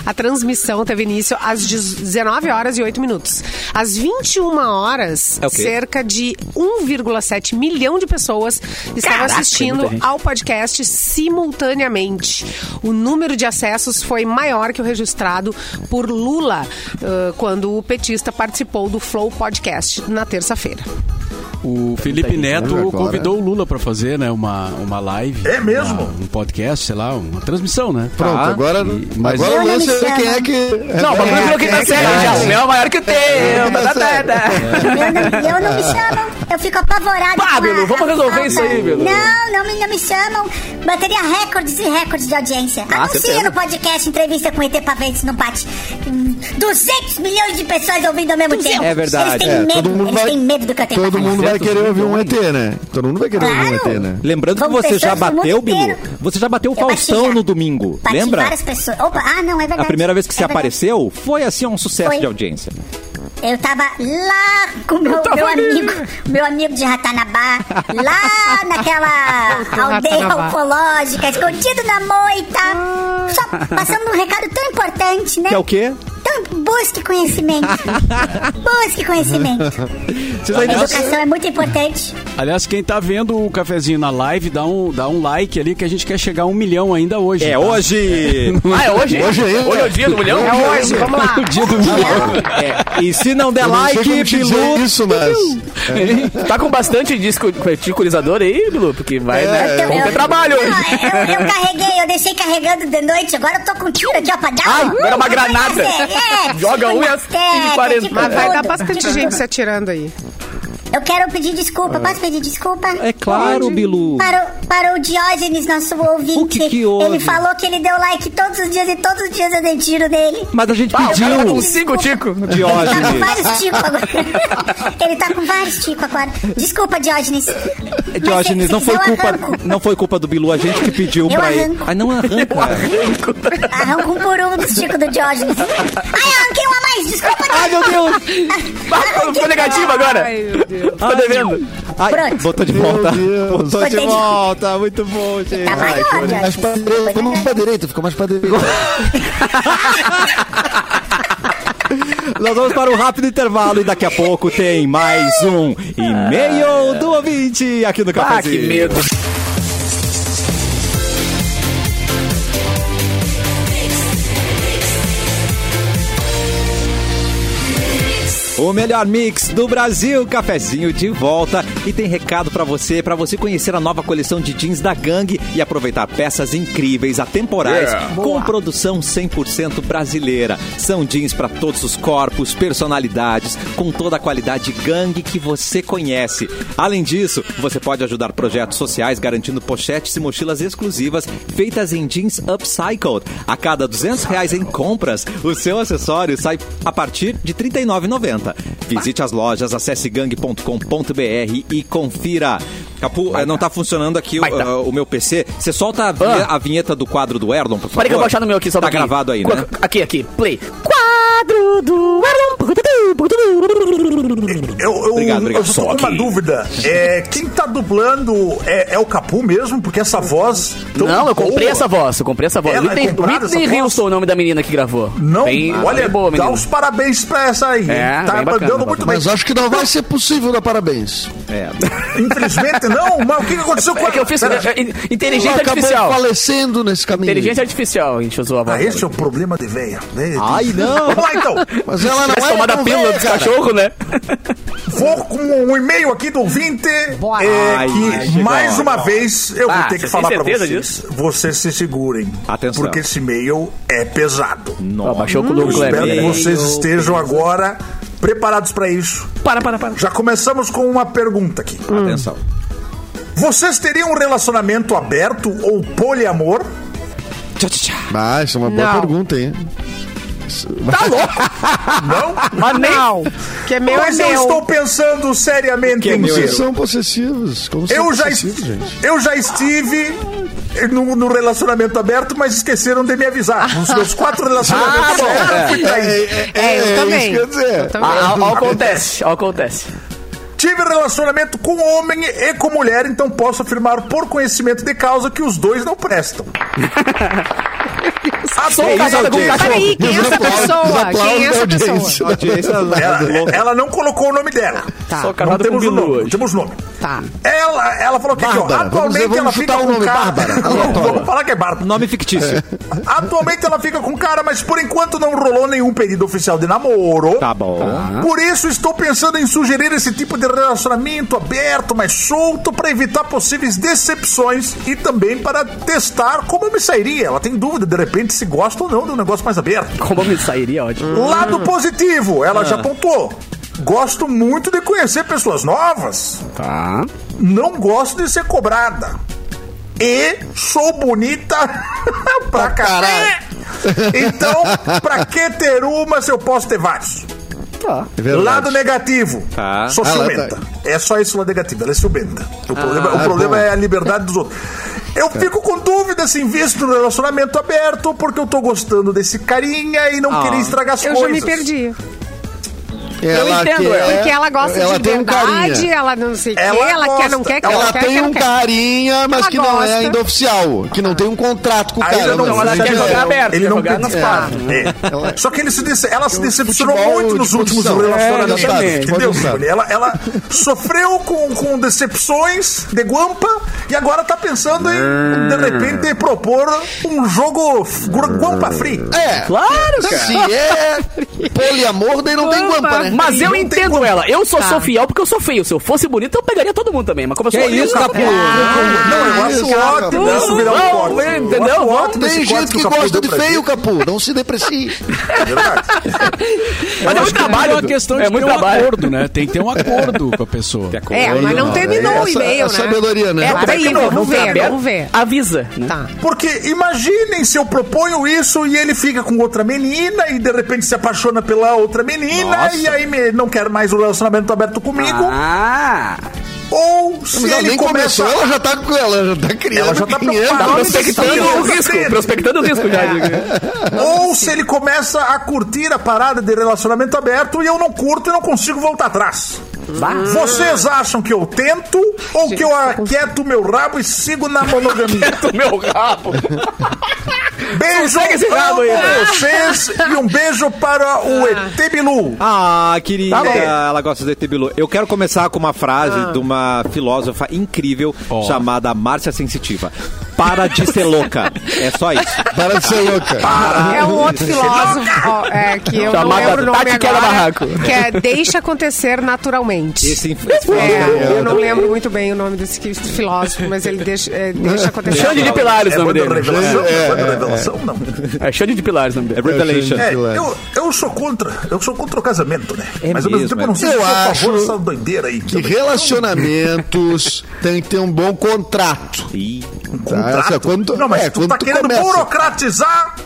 A transmissão teve início às 19 horas e 8 minutos. Às 21 horas, É o quê? cerca de 1,7 milhão de pessoas estavam Caraca, assistindo muita gente. ao podcast simultaneamente. O número de acessos foi maior que o registrado por Lula eh, quando o petista participou do Flow Podcast na terça-feira. O Felipe Neto Agora. convidou o Lula para fazer, né, uma, uma live. É mesmo? uma- um podcast, sei lá, uma transmissão, né? Pronto, Tá. agora, mas- agora o Olha, lance é Luciana. quem é que. Não, o bagulho virou tá quinta série já. O meu é maior que o teu. tá, tá, tá. Eu não, eu não me chamam, eu fico apavorado. Pablo, vamos resolver isso aí, Bilu. Não, não me, não me chamam. Bateria recordes e recordes de audiência. Ah, Anuncia certeza. no podcast entrevista com ET Paventes no bate. Hum, 200 milhões de pessoas ouvindo ao mesmo tempo. É verdade, Eles têm É, todo medo, mundo eles vai, têm medo do que eu tenho todo pra falar. mundo vai querer ouvir um ET, né? Todo mundo vai querer ouvir um Claro. ET, né? Lembrando que Vamos você já fechar bateu, esse mundo Bilu. inteiro. Você já bateu o Eu bati Faustão já. no domingo, Bati lembra? várias pessoas. Opa, ah, não, é verdade. A primeira vez que você É verdade. apareceu foi assim um sucesso Foi. de audiência. Eu tava lá com o meu, meu amigo, meu amigo de Ratanabá, lá naquela aldeia Ratanabá. ufológica, escondido na Ah. moita. Só passando um recado tão importante, né? Que é o quê? Então, busque conhecimento. busque conhecimento. Vocês A ainda educação é muito importante. Aliás, quem tá vendo o cafezinho na live, dá um, dá um like ali que a gente quer chegar a um milhão ainda hoje. É tá? hoje! Ah, é hoje? Hoje é. Hoje é o dia do milhão? É hoje, vamos lá. O dia do milhão. É, e se não der Eu não sei like, como te dizer Bilu. isso, mas. Tá com bastante disco ticulizador aí, Bilu? Porque vai, Eu né? tenho- Vamos ter eu- trabalho Não, hoje. Eu, eu carreguei, eu deixei carregando de noite, agora eu tô com um tiro aqui, ó, pra dar. Ai, era uma Vai granada. fazer, É, Joga tiro um e nas as- tetas, e quarenta. tipo Mas vai tudo. dar bastante gente se atirando aí. Eu quero pedir desculpa, posso pedir desculpa? Ah. É claro, Bilu. Para o, para o Diógenes, nosso ouvinte. O que que houve? Ele falou que ele deu like todos os dias e todos os dias eu dei tiro nele. Mas a gente Ah, o é cara um tá com pediu. cinco tico. Ele tá com Diógenes. vários ticos agora. ele tá com vários ticos agora. Desculpa, Diógenes. Mas É, Diógenes, se- não se foi eu culpa, Arranco, não foi culpa do Bilu, a gente que pediu Eu pra ele. arranco. Ah, não arranca. arranco um por um dos ticos do Diógenes. Ai, arranquei um a mais, desculpa. Ai, meu Deus! Ah, Ficou negativo agora. Ai, meu Deus. Ficou devendo. Ai, Pronto. botou de volta. Deus. Botou de Botei de- volta. Muito bom, Tá gente. maior, Mais Diógenes. pra direita, Foi né? vamos maior. pra direita, ficou mais pra direita. Nós vamos para um rápido intervalo e daqui a pouco tem mais um e-mail do ouvinte aqui no Ah, Cafezinho. que medo. O melhor mix do Brasil, cafezinho de volta e tem recado pra você, pra você conhecer a nova coleção de jeans da Gang e aproveitar peças incríveis, atemporais, com produção 100% brasileira. São jeans pra todos os corpos, personalidades, com toda a qualidade Gang que você conhece. Além disso, você pode ajudar projetos sociais garantindo pochetes e mochilas exclusivas feitas em jeans upcycled. A cada 200 reais em compras, o seu acessório sai a partir de R$ 39,90. Visite as lojas, acesse gang.com.br e confira. Capu, eh, não tá funcionando aqui o, Baita. eh, o meu PC. Você solta a, vinhe- a vinheta do quadro do Erlon, por favor. Ah. Peraí que eu vou achar no meu aqui, só um Tá pouquinho. gravado aí, Qua- né? Aqui, aqui. Play. Quadro do... Erlon. Eu, eu, Obrigado, obrigado. eu só tô Só com uma aqui. dúvida. É, quem tá dublando é, é o Capu mesmo? Porque essa voz. tão Não, eu comprei boa. essa voz, eu comprei essa voz. Ela- Whitney compraram essa Whitney voz? Houston, é o nome da menina que gravou. Não, Bem- Ah, olha, bem boa, dá menina. os parabéns pra essa aí. É, tá bem bacana, mandando muito bacana. bem. Mas acho que não vai ser possível dar parabéns. É. Infelizmente não, mas o que que aconteceu com É que eu fiz... Pera- é, é, Ela Inteligência acabou artificial. falecendo nesse caminho. Inteligência artificial, a gente usou a voz. Ah, esse é o problema de veia. Ai, não! Vamos lá então. Mas ela não Tivesse é tomado a não pílula veio, dos cara. cachorros, né? Vou com um e-mail aqui do ouvinte. Bora. é, Ai, que ai, chegou mais a hora. uma vez eu Ah, vou ter você que falar tem pra certeza vocês. Vocês se segurem. Atenção. Porque esse e-mail é pesado. Ó, Baixou com o Eu Douglas né? espero que Kleber. vocês estejam agora Preparados pra isso? Para, para, para. Já começamos com uma pergunta aqui. Hum. Atenção. Vocês teriam um relacionamento aberto ou poliamor? Ah, isso é uma boa Não. pergunta, hein? Tá louco? Não? Mas nem... Não, que é meu é Mas eu meu. estou pensando seriamente em é Como ser. vocês são possessivos? Como vocês Eu são já, possessivos, est- é gente? eu já estive no, no relacionamento aberto, mas esqueceram de me Ah. avisar. Nos meus quatro tá tá É, relacionamentos bom, abertos, eu fui traído. É, eu também. isso que eu ia dizer. Eu também. Ah, ah, ah, acontece, ah, acontece. Tive relacionamento com homem e com mulher, então posso afirmar por conhecimento de causa que os dois não prestam. é Sou casada com um cachorro. Peraí, quem é essa Aplausos, pessoa? Quem é aplausos da essa pessoa? audiência. Audiência Ela, louca. ela não colocou o nome dela. Tá. Sou Não casada com temos um o Bilu nome, não hoje. temos o nome. Tá. Ela, ela falou que aqui, ó, Bárbara. Vamos atualmente dizer, vamos ela chutar fica o com nome, cara... Bárbara. Não, vamos falar que é Bárbara. Nome fictício. Atualmente ela fica com cara, mas por enquanto não rolou nenhum pedido oficial de namoro. Tá bom. Por isso estou pensando em sugerir esse tipo de relacionamento aberto, mas solto, para evitar possíveis decepções e também para testar como eu me sairia. Ela tem dúvida, de repente, se gosta ou não de um negócio mais aberto. Como eu me sairia, ótimo. Lado positivo, ela já apontou. Gosto muito de conhecer pessoas novas. Tá. Não gosto de ser cobrada. E sou bonita pra caralho. Então, pra que ter uma se eu posso ter vários? Tá. É verdade. Lado negativo. Tá. Sou Ah, lá tá. ciumenta. É só isso lado negativo. Ela é ciumenta. O problema, o Ah, problema bom. é a liberdade dos outros. Eu fico com dúvida se invisto no relacionamento aberto porque eu tô gostando desse carinha e não queria estragar as Eu coisas. já me perdi. Ela entendo quer- ela. Porque ela gosta ela de tem um verdade, carinha. ela não sei o que, Ela ela quer, não gosta. quer, quer, Ela não Ela quer, tem quer, um não quer. carinha, mas Ela que não é gosta. ainda oficial. Que não tem um contrato com o Aí cara. já não Então ela já quer não- jogar aberto, Ele quer não jogar pedi- nas é. quadras. É. Só que ele se dece- ela se decepcionou futebol é muito de nos últimos posição. relacionamentos. É, exatamente. que Pode Deus, usar. Júlia. ela, ela sofreu com, com decepções de guampa e agora tá pensando em, de repente, propor um jogo f- gu- guampa free. É. Claro, cara. Se é poliamor, daí não tem Guampa. guampa, né? Mas eu Não tem entendo como. ela. Eu só Tá. sou fiel porque eu sou feio. Se eu fosse bonito, eu pegaria todo mundo também. Mas como eu Que sou tá. feio, isso, eu sou- Capu? Não, eu Ah, acho isso, cara. ótimo isso virar um Não, corte. é, Eu entendeu? acho Vamos. ótimo esse Tem corte gente que o que Capu gosta deu de pra feio, gente. Capu. Não se deprecie. É verdade. Mas é muito trabalho. É uma questão de é muito ter um trabalho. acordo, né? Tem que ter um acordo com a pessoa. É, mas não terminou É o essa- e-mail, a né? sabedoria, né? É, Como é peraí, que não? Não vamos tá ver, aberto? vamos ver. Avisa. né? Tá. Porque imaginem se eu proponho isso e ele fica com outra menina e de repente se apaixona pela outra menina Nossa. e aí me- não quer mais o relacionamento aberto comigo. Ah! Ou se Mas ela ele nem começa. começou, ela já tá com ela, já tá criando. Ela já tá quem é, preocupada. tá Ela Prospectando Sim, o sim. risco. Prospectando o risco já. Ou se ele começa a curtir a parada de relacionamento aberto e eu não curto e não consigo voltar atrás. Vocês acham que eu tento ou que eu aquieto meu rabo e sigo na monogamia? Meu rabo. Beijo Sossega esse rabo aí, amo né? vocês e um beijo para o ET Bilu. Ah, querida, Tá bom. ela gosta de ET Bilu. Eu quero começar com uma frase de uma filósofa incrível chamada Márcia Sensitiva. Para de ser louca. É só isso. tá Para de ser louca. É um outro filósofo ó, é, que eu não Chamada lembro o nome Tati Quebra agora, Barraco. que é Deixa Acontecer Naturalmente. Esse, esse É, eu não lembro muito bem o nome desse que- filósofo, mas ele deixa, é, deixa acontecer. Xande de Pilares, o nome banda dele. revelação? É, é, Banda é. revelação? Não. É Xande de Pilares, o nome é dele. Revelation. É, Pilares. eu, eu sou contra. Eu sou contra o casamento, né? É Mas ao mesmo, mesmo tempo é. eu não sei se Eu eu sou a favor acho dessa doideira aí. Que relacionamentos tem que ter um bom contrato. Ih, Tá? Essa é quando, um não, mas é, tu quando tá querendo começa. burocratizar.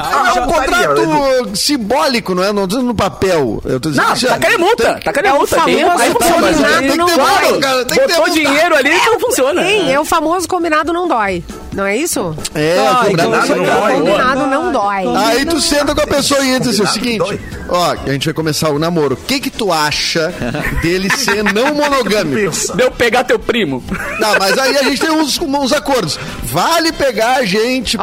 Ah, é um putaria, né? contrato simbólico, não é? Não tô no papel. Eu tô dizendo Não, assim, ó, tá querendo multa. tem- Tá querendo multa. Tem famoso aí Tá, funciona. mas Não, tem que não ter vai. multa, cara. Tem que ter Botou multa. dinheiro ali que não funciona. Sim, é o famoso combinado não dói, não é isso? É, Ai, combinado Ah, combinado assim, não cara. dói. Combinado não dói. Aí tu senta com a pessoa e entra assim, é o seguinte, Combinado ó, a gente vai começar o namoro. O que que tu acha dele ser não monogâmico? Pensa. Deu pegar teu primo. Não, mas aí a gente tem uns, uns acordos. Vale pegar a gente Ó,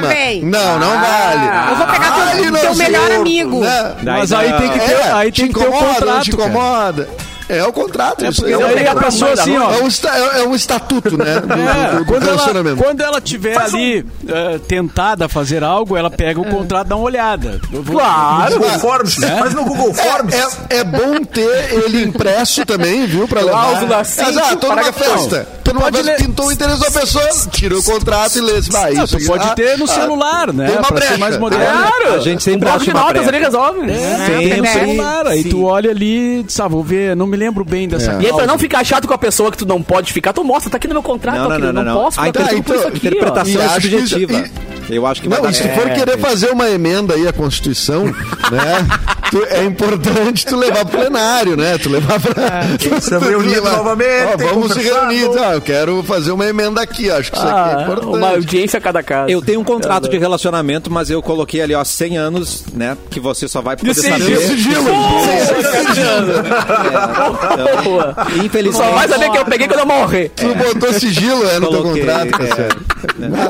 lá vem. Ah. Não, não vale. Eu vou pegar teu- Vale teu nosso melhor corpo, amigo. né? Mas aí tem que ter, É, aí tem te que ter um incomoda, não contrato. te cara. incomoda. É o contrato. isso porque é, daí um, a pessoa assim, ó. é, um, esta- é- é um estatuto, né? Do, do- É, do quando, ela, relacionamento. quando ela tiver um- ali eh, tentada a fazer algo, ela É. pega o contrato e dá uma olhada. Eu vou- Claro. Google Forms, mas no Google Forms. Né? É, é- é bom ter ele impresso também, viu? Pra levar. Cláusula Mas, ah, tô numa parágrafo festa. Tô numa Pode festa, ler- pintou o interesse da pessoa, tira o contrato e lê. Vai, Não, isso tu aqui- pode ah, ter no ah, celular, né? tem uma pra ser brecha. mais moderno. Claro. A gente sempre um bloco acha de uma notas brecha. ali resolve. É, Sempre. tem o Sim. celular. Aí tu olha ali, sabe, vou ver, não me lembro bem dessa E aí, pra cláusula. não ficar chato com a pessoa que tu não pode ficar, tu mostra, tá aqui no meu contrato, Não, não, querido, não, não, não. posso A inter- ficar com isso aqui, ó. interpretação E é acho que- subjetiva. Eu acho que vai Não, dar e se for certo. querer fazer uma emenda aí à Constituição, né? tu- é importante tu levar pro plenário, né? Tu levar pra. tu se reunir novamente, Ó, vamos se conversar, reunir. não. tá? eu quero fazer uma emenda aqui, acho que isso aqui é Ah, importante. uma audiência a cada caso. Eu tenho um contrato de relacionamento, mas eu coloquei ali, ó, 100 anos, né? Que você só vai poder sigilo. saber. Tem sigilo. Boa. Tu Infelizmente. só vai saber que eu peguei quando eu morrer. Tu botou sigilo é, no Coloquei, teu contrato, é. Cassiano.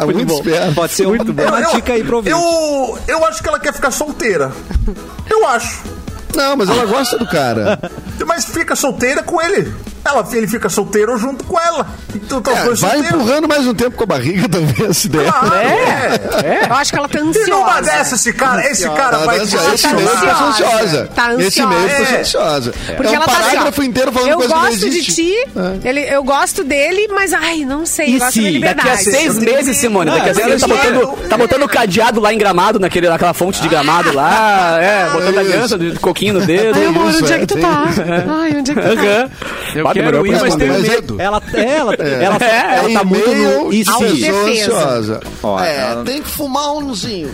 Ah, muito, esperto. Pode ser um, uma dica aí pra ouvir. eu, eu acho que ela quer ficar solteira. Eu acho. Não, mas ela gosta do cara. Mas fica solteira com ele. Ela, ele fica solteiro junto com ela. Então tá os É, dois vai solteiros. empurrando mais um tempo com a barriga, talvez, se der. Né? Claro, é. Eu acho que ela tá E numa ansiosa. dessa, esse cara, esse cara Ela vai dança- te Tá, é esse meio ansiosa. ficou ansiosa. Tá Esse meio ansiosa. ficou É. ansiosa. Porque é um ela tá assim, ó, parágrafo inteiro falando eu coisa que não gosto existe. É. de ti, ele, eu gosto dele, mas ai, não sei, eu gosto da liberdade. Daqui a seis meses, Simone, daqui a seis meses tá botando, tá botando cadeado lá em gramado, naquele, naquela fonte de gramado lá, é, botando a aliança de coquinho no dedo. Ai, amor, Isso, onde é é, que tu tem- tá? um Ai, onde é que tu tá? Aham. Eu Bah, demorou quero ir, pra mas responder. tenho Mas é- medo. Ela, ela, ela, É, ela tá muito no. e-mail E de se? pessoa Defesa. ansiosa. Ó, é, ela- tem que fumar umzinho.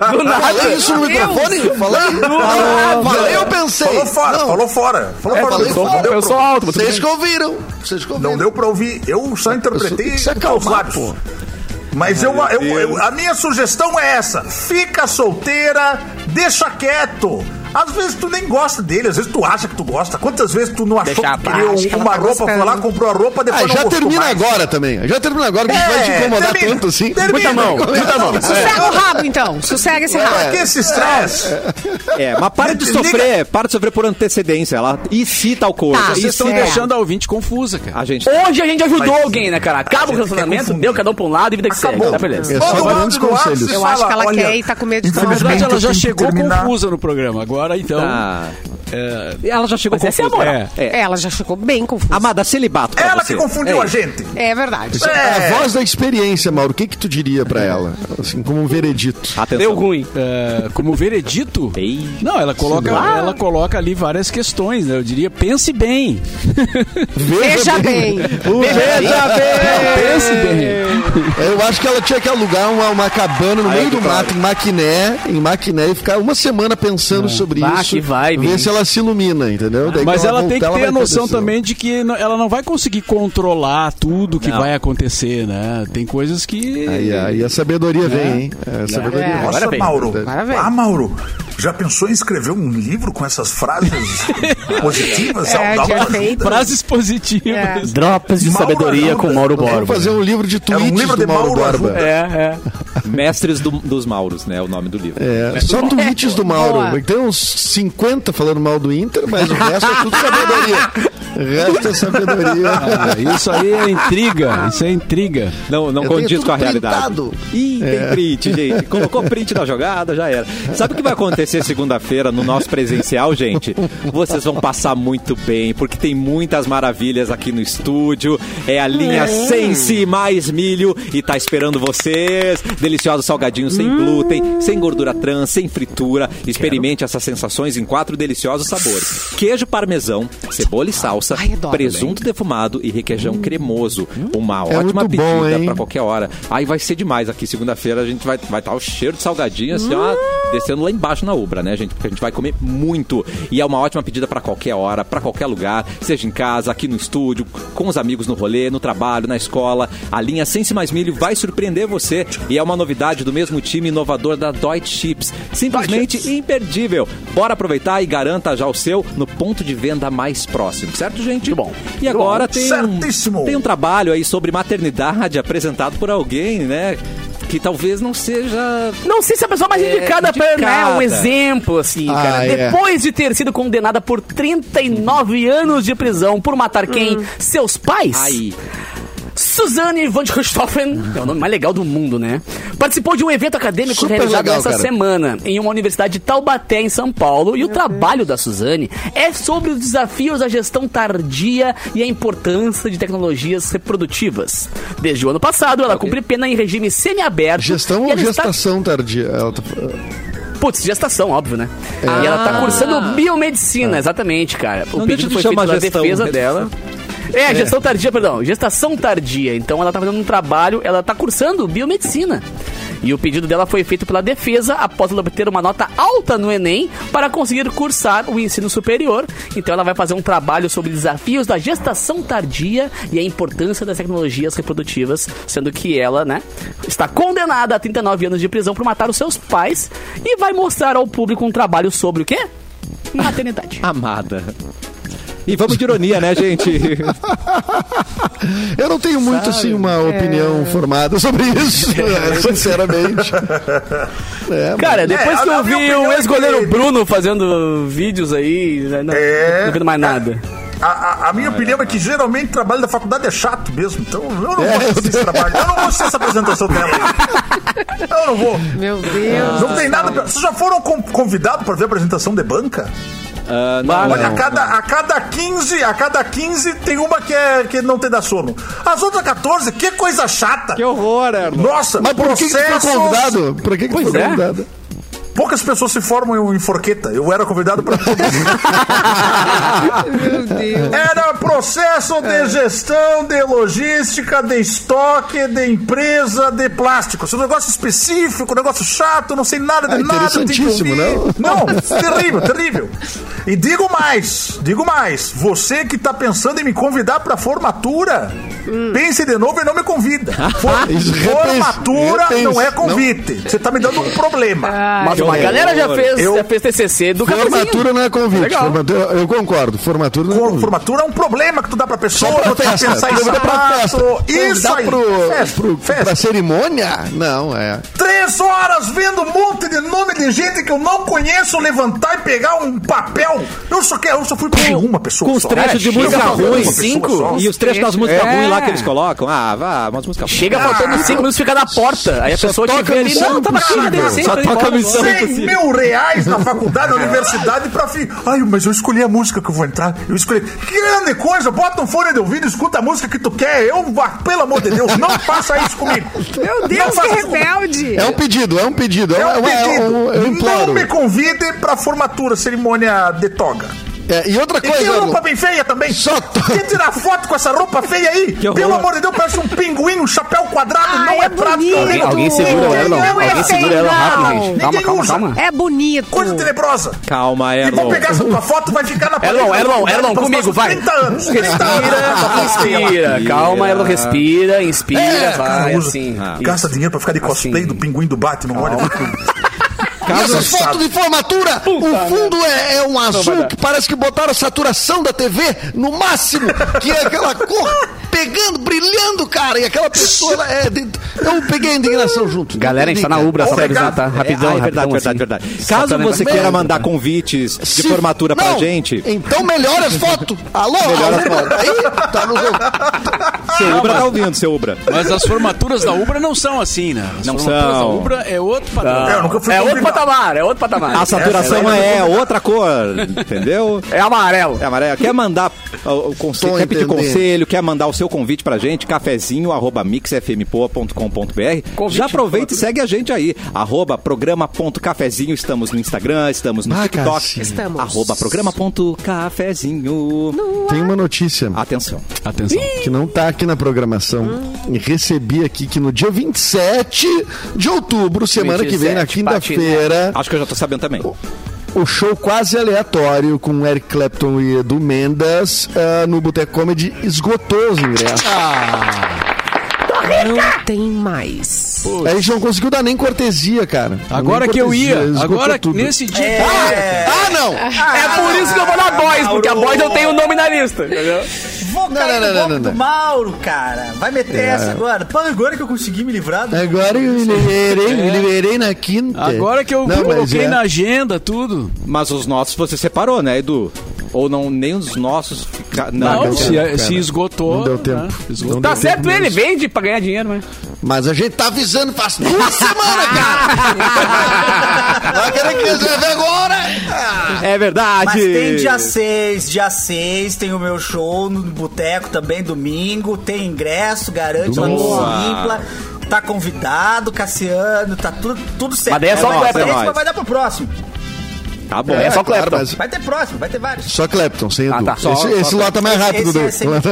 Alô, Do nada. falei isso no Meu Deus. microfone? Falei? Falei, falei, eu pensei. Falou fora, Não, falou fora. Falou É, fora. falei do som, fora. não deu Eu pra- sou alto, mas Vocês que ouviram. Vocês que ouviram. Não deu pra ouvir. Eu só tem interpretei que se os acalmar, lábios. é pô. Mas eu, eu- eu- a minha sugestão é essa: fica solteira, deixa quieto. Às vezes tu nem gosta dele, às vezes tu acha que tu gosta. Quantas vezes tu não achou Deixa que pra- queria acho que ela uma tá roupa, gostando. foi lá, comprou a roupa, depois Ah, não já gostou termina mais. É, agora também. Já termina agora, que a gente vai te incomodar termina, tanto assim. termina. Muita mão, muita mão. Sossega o rabo, então. Sossega É. esse Pra rabo. que esse estresse? É, mas para de Desliga. sofrer, para de sofrer por antecedência. Ela, e se tal coisa? Tá. E Vocês estão Isso é. deixando a ouvinte confusa, cara. a gente. Hoje a gente ajudou alguém, né, cara? Acaba o gente quer relacionamento, confundir. deu cada um pra um lado e vida que segue. Acabou. Tá, beleza. É só Manda um dando os áudio no WhatsApp conselhos. e Eu acho fala, que ela olha, quer e tá com medo de Na falar. verdade, ela eu já tenho que chegou terminar. confusa no programa. Agora, então... Ah. é, Ela já chegou Mas essa é a confusa. moral. É. Ela já ficou bem confusa. Amada, celibato pra Ela você. que confundiu É a gente. É verdade. É. É. a voz da experiência, Mauro. O que que tu diria pra ela? Assim, como um veredito. Atenção. Deu ruim. é, como veredito... Ei. Não, ela coloca, Claro. ela coloca ali várias questões, né? Eu diria, pense bem. Veja bem. Veja bem. Pense bem. Eu acho que ela tinha que alugar uma, uma cabana no Ah, Aí meio é que do tá. mato, em Maquiné, em Maquiné, e ficar uma semana pensando sobre É. Bah, isso. que vibe, ver hein? se ela se ilumina, entendeu? Daí Mas quando ela tem que voltar, ter a ela vai noção decisão. também de que não- ela não vai conseguir controlar tudo que Não. vai acontecer, né? Tem coisas que. Aí, aí a sabedoria vem, hein? A sabedoria É. vem. Nossa, Agora vem. Mauro. Agora vem. Ah, Mauro, já pensou em escrever um livro com essas frases positivas? É, Dá uma de ajuda. efeito. Frases positivas. Dropas de Mauro sabedoria ajuda. com Mauro Vamos Borba. fazer um livro de É um tweets livro do de Mauro Mauro Borba. Ajuda. É, é. Mestres do- dos Mauros, né? É o nome do livro. É, só tweets do Mauro. Boa. Tem uns 50 falando mal do Inter, mas o resto é tudo sabedoria. O resto é sabedoria. Ah, isso aí é intriga. Isso é intriga. Não, não Eu tenho condiz tudo com a realidade. printado. É. Ih, tem print, gente. Colocou print na jogada, já era. Sabe o que vai acontecer segunda-feira no nosso presencial, gente? Vocês vão passar muito bem, porque tem muitas maravilhas aqui no estúdio. É a linha Sense mais milho e tá esperando vocês. Deliciosos salgadinhos Hum. sem glúten, sem gordura trans, sem fritura. Experimente essas sensações em quatro deliciosos sabores: queijo parmesão, cebola e salsa, Ai, adoro. presunto defumado e Hum. requeijão cremoso. Uma É ótima muito bom, pedida hein? pra qualquer hora. Aí vai ser demais aqui. Segunda-feira a gente vai estar vai tá o cheiro de salgadinho, assim, ó, descendo lá embaixo na obra, né, gente? Porque a gente vai comer muito. E é uma ótima pedida pra qualquer hora, pra qualquer lugar, seja em casa, aqui no estúdio, com os amigos no rolê, no trabalho, na escola. A linha Sense Mais Milho vai surpreender você. E é uma novidade do mesmo time inovador da Deutsche Chips. Simplesmente imperdível. Bora aproveitar e garanta já o seu no ponto de venda mais próximo, certo, gente? Muito bom. E agora tem, um- Certíssimo. tem um trabalho aí sobre maternidade apresentado por alguém, né? que talvez não seja. Não sei se é a pessoa mais É, indicada pra né, indicada. um exemplo, assim, cara. Ah, é. Depois de ter sido condenada por 39 anos de prisão por matar quem? Seus pais? Aí. Suzanne van Richthofen, que é o nome mais legal do mundo, né? Participou de um evento acadêmico Super realizado legal, essa cara. semana em uma universidade de Taubaté, em São Paulo. E o trabalho da Suzane é sobre os desafios da gestão tardia e a importância de tecnologias reprodutivas. Desde o ano passado, ela cumpre pena em regime semiaberto. Gestão e ou ela está- gestação tardia? Ela tá- Putz, gestação, óbvio, né? E ela Ah. tá cursando biomedicina, exatamente, cara. O Não deixa pedido de foi feito chamar na gestão. defesa dela. né? É, gestão tardia, perdão. Gestação tardia. Então ela tá fazendo um trabalho, ela tá cursando biomedicina. E o pedido dela foi feito pela defesa após ela obter uma nota alta no Enem para conseguir cursar o ensino superior. Então ela vai fazer um trabalho sobre desafios da gestação tardia e a importância das tecnologias reprodutivas, sendo que ela, né, está condenada a 39 anos de prisão por matar os seus pais e vai mostrar ao público um trabalho sobre o quê? Maternidade. Amada. E vamos de ironia, né, gente? Eu não tenho muito, assim, uma É. opinião formada sobre isso, sinceramente. É, Cara, depois É, que a- a minha eu vi opinião o é ex-goleiro que- Bruno fazendo vídeos aí, né, não, É. não vendo mais nada. A, a- a minha opinião é que geralmente o trabalho da faculdade é chato mesmo, então eu não vou assistir esse trabalho. Eu não vou assistir essa apresentação dela. Eu não vou. Meu Deus. Não tem nada. Pra... Vocês já foram con- convidados para ver a apresentação de banca? Ah, não, Olha, não. a, cada, a cada 15, a cada 15 tem uma que, é, que não te dá sono. As outras 14, que coisa chata! que horror, Erlon. Nossa, Mas por que, que tu foi processos- Tá, convidado? Por que, que tu foi é. convidado? Poucas pessoas se formam em forqueta. Eu era convidado para Meu Deus. Era processo É. de gestão, de logística, de estoque, de empresa, de plástico. Isso é um negócio específico, um negócio chato, não sei nada de Ah, nada. tem que interessantíssimo, ouvir. Não, terrível, terrível. E digo mais, digo mais. Você que tá pensando em me convidar pra formatura, pense de novo e não me convida. For- Hum. Isso, repense, formatura repense. não é Não. Ah. convite. Você tá me dando um problema. Mas uma galera já fez, já fez TCC do cafezinho. Formatura não é convite. Legal. Formatura, eu concordo. Formatura não é For- convite. Formatura é um problema que tu dá pra pessoa, Só É pra tu tem que festa. pensar em Convida pra festa. sapato. Isso Convidar aí. Pro, Festa, pro- festa. Pra cerimônia? Não, é. Três horas vendo um monte de nome de gente que eu não conheço levantar e pegar um papel. Eu só quero, eu só fui pedir uma pessoa. com os só. É, trechos de música chega faltando ruim. uma pessoa Cinco. só. E os trechos das músicas É. ruins lá que eles colocam. Ah, vá, umas músicas Chega Ah, faltando então 5 minutos, fica na porta. Aí a pessoa te toca vê ali, missão não, tá tava aqui, já impossível. desci, Só tô indo toca embora. missão. 100 mil reais na faculdade, na universidade pra fi... Ai, mas eu escolhi a música que eu vou entrar. Eu escolhi. Que grande coisa! Bota um fone de ouvido, escuta a música que tu quer. Eu, ah, pelo amor de Deus, não faça isso comigo. Meu Deus, que faça isso comigo. rebelde. É um pedido, é um pedido. É um uma- um- pedido. eu não imploro. me convide pra formatura, cerimônia de toga. É, e outra E que coisa. roupa Erlon, bem feia também. Só to- Quer tirar foto com essa roupa feia aí? horror. Pelo amor de Deus, parece um pinguim, um chapéu quadrado, Ah, não é, é prato. bonito. Alguém, Alguém segura Não, ela, não. não é Alguém segura ela feio, rápido, não. gente. Calma, Ninguém calma, usa. calma. Hum. É bonito. Coisa tenebrosa. Calma, é E vou Erlon. pegar essa tua foto, vai ficar na parede. Erlon, da Erlon, faculdade Erlon, pelos comigo, próximos vai. 30 anos. 30 anos. Respira, calma, ela respira, inspira, vai, ah. É, usa. assim. Gasta dinheiro pra ficar de cosplay Assim. do pinguim do Batman. Olha, e essas fotos é de formatura, o fundo é, é um azul que parece que botaram a saturação da TV no máximo, que é aquela cor pegando, brilhando, cara. E aquela pessoa, ela é. de- eu peguei a indignação junto. Galera, a gente tá na Ubra, só pra Obrigado. avisar, tá? Rapidão, é, ah, é verdade, rapidão, verdade, assim. verdade. Só Caso pra você lembrar. queira mandar convites de Se- formatura pra Não, gente, Então melhora as fotos. Alô? Melhora as alô? Aí, tá no jogo. seu Ubra tá ouvindo, seu Ubra. Mas as formaturas da Ubra não são assim, né? As Não formaturas são. Tá. da Ubra é outro padrão. Eu nunca fui É outro convidado. patamar, é outro patamar. A saturação essa aí é outra cor, entendeu? É amarelo. É, Maré, quer mandar o, o conse- Tô quer pedir entendendo. conselho, quer mandar o seu convite pra gente, cafezinho, arroba mixfmpoa.com.br. Já aproveita e segue a gente aí, arroba programa.cafezinho, estamos no Instagram, estamos no Ah, TikTok, Cassinho. Estamos. arroba programa.cafezinho. Tem uma notícia Atenção. Atenção. que não tá aqui na programação. E recebi aqui que no dia 27 de outubro, semana que vem, na 27, quinta-feira, Acho que eu já tô sabendo também. o show quase aleatório com Eric Clapton e Edu eh, Mendes ah, no Boteco Comedy esgotou os ingressos. Não tem mais. Aí a gente não conseguiu dar nem cortesia, cara. Agora Nem que eu cortesia, ia, esgotou agora tudo. nesse dia. Ah, não! É por isso que eu vou na Boys, porque a Boys eu tenho o nome na lista, entendeu? Vou Não, cair não, no não, golpe não, É. do não. Mauro, cara. Vai meter essa agora. Pô, agora que eu consegui me livrar do... Agora eu me liberei, me liberei na quinta. É. Agora que eu Não, mas coloquei é. na agenda tudo. Mas os nossos você separou, né, Edu? Ou não, nem os nossos fica- Não, Não, deu se, tempo, cara. se esgotou. Não deu né? tempo. Esgotou. Não Tá deu certo tempo ele, mesmo. vende pra ganhar dinheiro, né? Mas a gente tá avisando faz duas semanas, cara! Vai querer que resolver agora! é verdade. Mas tem dia 6, dia 6 tem o meu show no boteco também, domingo. Tem ingresso, garante lá no Boa. Simpla. Tá convidado, Cassiano, tá tudo, tudo certo. Mas daí é só vai o dar Clepton. pra esse, É mas vai dar pro próximo. Tá bom. É, só claro, Clapton. mas Vai ter próximo, vai ter vários. Só Clapton, sem Edu. Ah, tá. Só- esse só esse lota mais rápido, Esse- Edu. esse-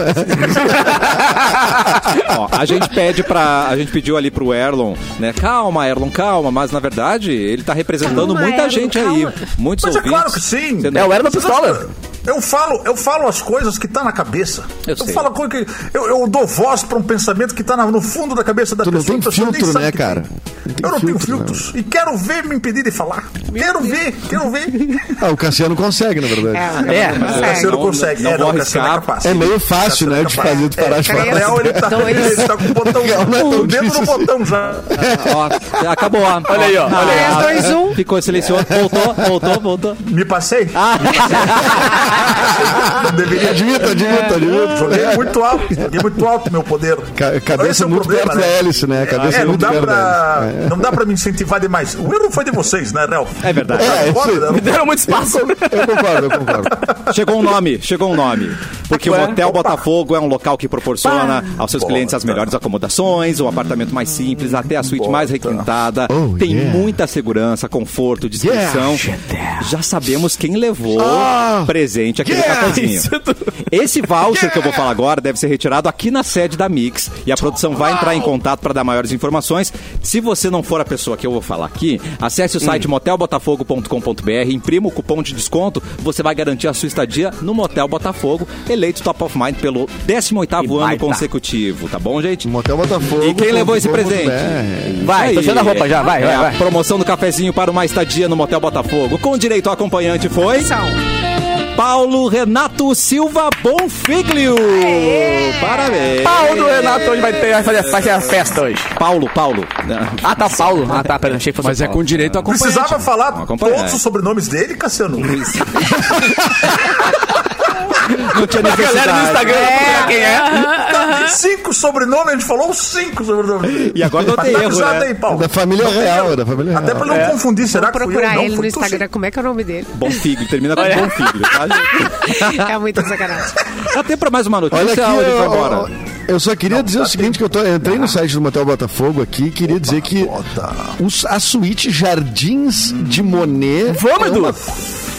é Ó, a gente pede para a gente pediu ali pro Erlon, né? Calma, Erlon, calma, mas na verdade, ele tá representando Calma, muita Erlon, gente calma. aí, muitos Mas é ouvintes. claro que sim. sendo- É o Era da Pistola. Eu falo, eu falo as coisas que tá na cabeça. Eu Eu, sei. falo coisa que eu, eu dou voz pra um pensamento que tá na- no fundo da cabeça da Tu não pessoa. tem a pessoa nem filtro, sabe né, que tem. cara? Não tem eu não tenho filtro, filtros. E quero ver me impedir de falar. quero ver, quero ver. Ah, o Cassiano consegue, na verdade. É, É, O consegue. Cassiano não- consegue. não é, vou não, o arriscar. Cassiano é capaz. É, meio fácil, né, de fazer, de parar de É, O falar. três. Léo, ele tá, Dois. ele tá com o botão, Não é tão o dedo difícil. no botão já. Ó, acabou. ó. Olha aí, ó, Ah, olha aí. ah, Três, dois, um. Ficou silencioso. Voltou, voltou, voltou. Me passei? Ah. Eu deveria Admita, admita, admita. Joguei muito alto, joguei muito alto meu poder. Ah. Ca- cabeça Esse é o muito perto da hélice, né? Cabeça é, não muito dá perto da pra, hélice. É. Não dá pra me incentivar demais. O erro foi de vocês, né, Léo? É verdade. É, Foda, isso aí. né? me deram muito espaço. Eu concordo, eu concordo. Chegou um nome, chegou um nome. Porque o Ué? Hotel Botafogo é um local que proporciona aos seus Bota. clientes as melhores acomodações, o apartamento mais simples, até a suíte mais requintada. Oh, Tem yeah. muita segurança, conforto, discrição. Já sabemos quem levou Ah. presente aqui Yeah. no Cacozinho. Esse voucher que eu vou falar agora deve ser retirado aqui na sede da Mix e a produção vai entrar em contato para dar maiores informações. Se você não for a pessoa que eu vou falar aqui, acesse o site motelbotafogo.com.br, imprima o cupom de desconto, você vai garantir a sua estadia no Motel Botafogo, eleito top of mind pelo 18º ano baita. consecutivo, tá bom, gente? Motel Botafogo. né? E quem levou esse presente? Vai, tô Isso aí. tirando a roupa já, vai, É vai, a vai. Promoção do cafezinho para uma estadia no Motel Botafogo. Com direito ao acompanhante foi. São. Paulo Renato Silva Bonfiglio. Parabéns. Pau Ah, do Renato hoje vai ter, vai fazer, vai ter a festa hoje. Paulo, Paulo. Ah, tá, Paulo. Ah, tá, pera, achei que fosse Mas é Paulo. com direito a acompanhante. Precisava falar acompanhar. todos os sobrenomes dele, Cassiano? Não tinha A galera do necessidade. Instagram é. quem é. Tá, cinco sobrenomes, a gente falou os cinco sobrenomes. dele. E agora não tem Tá erro, avisado né? aí, Paulo. É Da família real, da família real. Até pra não confundir, será Vou que fui eu? procurar Não, ele no fui tu, sim. Instagram. Como é que é o nome dele? Bonfiglio, termina com Bonfiglio, tá? gente? É muito sacanagem. Dá tempo pra mais uma notícia, Olha aqui, Rodrigo, eu, agora. eu só queria dizer o seguinte, que eu, tô- eu entrei no site do Motel Botafogo aqui e queria dizer que os- a suíte Jardins de Monet... Vamos, é Edu. uma-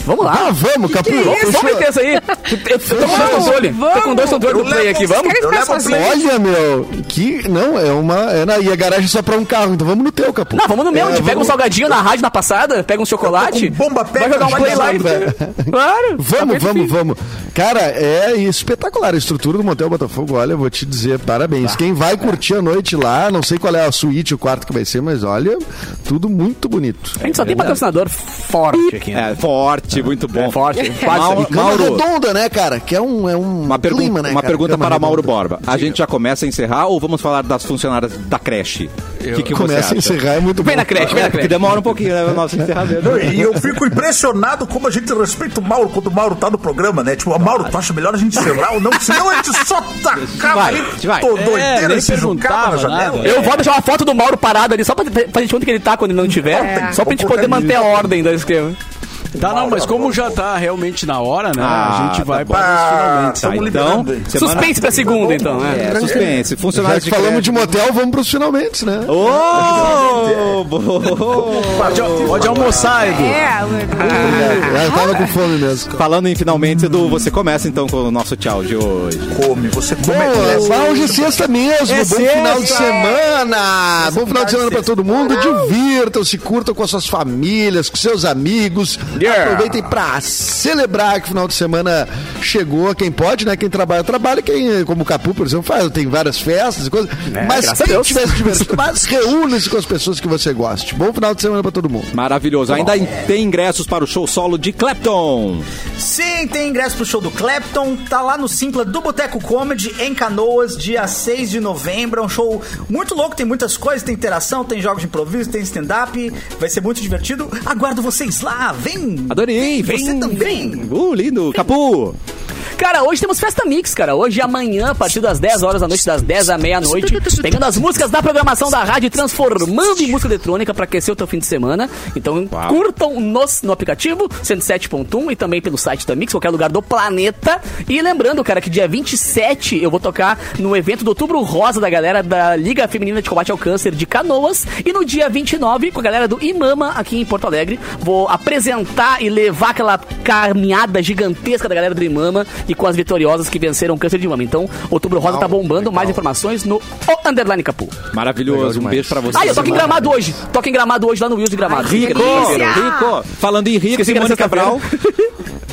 Vamos Ah, lá. vamos, Capu. Vamos, fechou. vamos meter isso aí. Eu tô com dois controles. Tô com dois controles do play aqui, vamos? Querem Eu ficar levo o sozinhos? Olha, meu, que... Não, é uma... É na, e a garagem é só pra um carro, então vamos no teu, Capu. Não, vamos no meu. A É, gente pega um vamos- salgadinho na rádio na passada, pega um chocolate. com bomba pega, vai jogar um vai play dar lá. e- Claro. tá Vamos, bem vamos, difícil. vamos. Cara, é espetacular a estrutura do Motel Botafogo. Olha, eu vou te dizer, Tá. parabéns. Quem vai curtir a noite lá, não sei qual é a suíte, o quarto que vai ser, mas olha, tudo muito bonito. A gente só tem patrocinador forte aqui, né? É, forte, muito bom. É forte. Mau- Quase. Cama Mauro, redonda, né, cara? Que é um, é um uma, pergu- clima, né, uma cara? pergunta Cama para Mauro redonda. Borba. A gente já começa a encerrar ou vamos falar das funcionárias da creche? O que, que você Começa acha? a encerrar, é muito bom. Vem na creche, vem na Porque creche. demora um pouquinho, né, o nosso encerramento. Não, E eu fico impressionado como a gente respeita o Mauro quando o Mauro tá no programa, né? Tipo, Mauro, tu acha melhor a gente encerrar ou não? Senão a gente só tacava Vai, ali vai. É, doideira nem e se perguntava juntava na janela. nada. É. Eu vou deixar uma foto do Mauro parado ali, só pra pra gente ver onde que ele tá quando ele não tiver. É. Só pra gente poder manter a ordem do esquema. Tá, não, mas como já tá realmente na hora, né? Ah, a gente vai tá para os Ah, finalmente. Tá, estamos então, liberando aí. semana- Suspense pra segunda, então, né? É, suspense. Já Funcionários que falamos creche. de motel, vamos pros finalmente, né? Oh! boa. Pode, pode almoçar, Edu. É, o Edu. Ah. É, eu tava com fome mesmo. Falando em finalmente, Edu, você começa então com o nosso tchau de hoje. Come, você come. Pô, lá hoje é sexta mesmo. bom final de semana. bom final de semana pra todo mundo. Divirtam-se, curtam com as suas famílias, com seus amigos. Yeah. Aproveitem pra celebrar que o final de semana chegou. Quem pode, né? Quem trabalha, trabalha. Quem, como o Capu, por exemplo, faz, tem várias festas e coisas. mas graças a quem Deus. tiver se divertindo, mas reúne-se com as pessoas que você goste. Bom final de semana pra todo mundo. Maravilhoso. Ainda tem ingressos para o show solo de Clapton. Sim, tem ingresso pro show do Clapton, tá lá no Simpla do Boteco Comedy, em Canoas, dia 6 de novembro. É um show muito louco, tem muitas coisas, tem interação, tem jogos de improviso, tem stand-up, vai ser muito divertido. Aguardo vocês lá, vem! Adorei. Vem, Você também! vem. Uh, lindo. Capu. Cara, hoje temos festa mix, cara. Hoje e amanhã, a partir das 10 horas da noite, das 10 à meia-noite, pegando as músicas da programação da rádio e transformando em música eletrônica pra aquecer o teu fim de semana. Então, curtam nos no aplicativo 107.1 e também pelo site da Mix, qualquer lugar do planeta. E lembrando, cara, que dia 27 eu vou tocar no evento do Outubro Rosa da galera da Liga Feminina de Combate ao Câncer de Canoas e no dia 29 com a galera do Imama aqui em Porto Alegre. Vou apresentar e levar aquela caminhada gigantesca da galera do Imama e com as vitoriosas que venceram o câncer de mama. Então, Outubro Rosa tá bombando. Mais informações no O Underline Capu. Maravilhoso. Um beijo pra você. Ah, eu toco em Gramado hoje. Toco em Gramado hoje lá no Wills de Gramado. Rico. delícia. Rico. Falando em Rico, Esqueci que era Simone Cabral.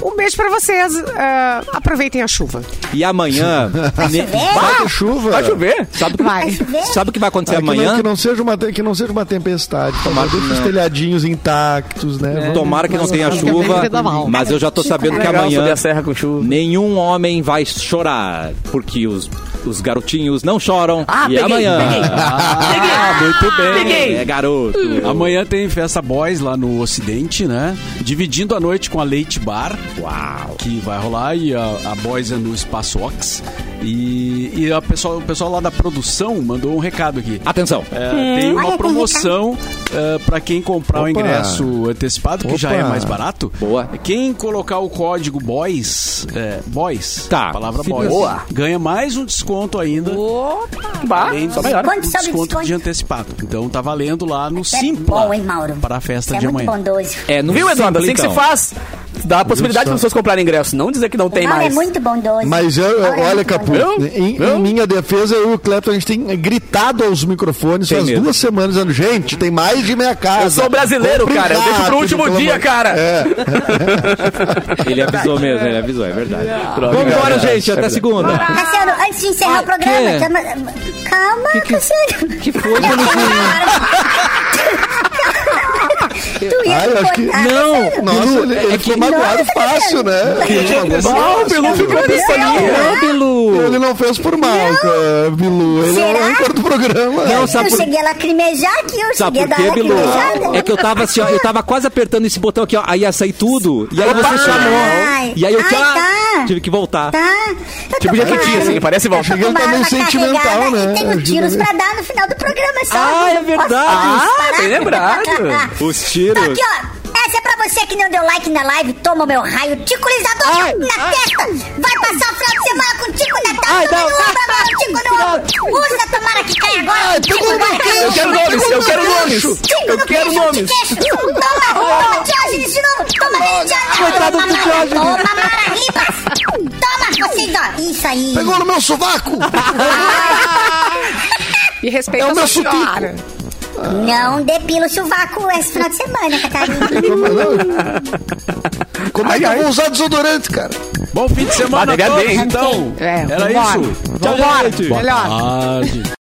Um beijo pra vocês. ah, aproveitem a chuva. E amanhã... ne- Vai ter chuva. Vai chover. Sabe o que Vai. Sabe o que vai acontecer Ah, que não- amanhã? Que não, seja uma, te- que não seja uma tempestade. Tomara que deixa os não. É. telhadinhos intactos, né? Tomara que não tenha Fica bem chuva, vida mal. mas eu já tô sabendo que Legal subir amanhã a serra com chuva. nenhum homem vai chorar, porque os, os garotinhos não choram. Ah, e peguei, amanhã. peguei. Ah, muito bem. Peguei. É, garoto. Amanhã tem festa boys lá no Ocidente, né? Dividindo a noite com a Leite Bar. Uau! Que vai rolar e a, a boys é no Espaço Ox. E, e a pessoal, o pessoal lá da produção mandou um recado aqui. Atenção. É, tem uma promoção para quem comprar o Opa. ingresso antecipado, que já é Opa. mais barato. Boa. Quem colocar o código BOYS, é, BOYS, Tá. palavra Se- BOYS, Boa. ganha mais um desconto ainda. Bah, Além Ah, só do melhor. Quanto sobe o desconto desconto? de antecipado. Então tá valendo lá no É Simpla. bom, hein, Mauro? Para a festa Você é de muito amanhã. bondoso. É, no Viu, Eduardo? Simpla, Assim que se então. faz. Dá a possibilidade das pessoas comprarem ingresso. Não dizer que não tem Mauro é mais. muito bondoso. Mas eu, eu- Mauro é olha, muito Capu, bondoso. Viu? em, em Viu? minha defesa, eu e o Clepton, a gente tem gritado aos microfones faz mesmo. duas semanas, dizendo, gente, tem mais de meia casa. Eu sou brasileiro, Compre cara. Eu deixo pro rápido, último pelo dia, amor- cara. É. Ele avisou mesmo, ele avisou, é verdade. Droga. Vamos embora, gente. Até segunda. Cassiano, antes de encerrar o programa, quê? chama- calma, Cassiano. que foi, bonitinho? Tu ia Ah, eu acho que- cortar, Não. Cassiano. Nossa, ele, ele ficou é magoado fácil, né? Ele ficou magoado Bom, o tipo, Bilu ficou pistolinha. Não, Bilu. Ele não fez por mal, cara, Bilu. Ele é o Será? âncora do programa. Não, sabe Eu por cheguei a lacrimejar aqui, eu Sabe cheguei a por dar quê, Bilu? lacrimejada. É que eu tava assim, ó, eu tava quase apertando esse botão aqui, ó, aí ia sair tudo, e aí você chamou. Ai. E aí eu Ai, tchá, tá. tive que voltar. Tá? Eu Tipo tô de com quietinha, uma- assim. Parece volta. Chegando uma também arma sentimental, carregada né? E tem tiros pra dar no final do programa, só. Ah, é verdade. Ah, bem lembrado. Os tiros. Tô aqui, ó. Essa é pra você que não deu like na live. Toma o meu raio ticulizador na testa. Vai passar o final de semana com tico na testa. Ai, Tico não. no ombro, agora, tico no ombro. Usa, tomara que caia agora. tico no Eu quero nomes, eu quero nomes. Tico Eu quero no queixo, nomes. de queixo. Toma, toma, Diógenes de novo. Toma, Diógenes. Coitado do Diógenes. Toma, Mara Ribas. Toma, vocês, ó. Isso aí. Pegou no meu sovaco. E respeita É o a meu sua supico. senhora. Não depila o sovaco esse final de semana, Catarina. Como, não? Como é que eu vou usar desodorante, cara? Bom fim de semana a Bateria todos, bem. então. É, Era vambora. isso. Vambora. Boa Melhor. tarde.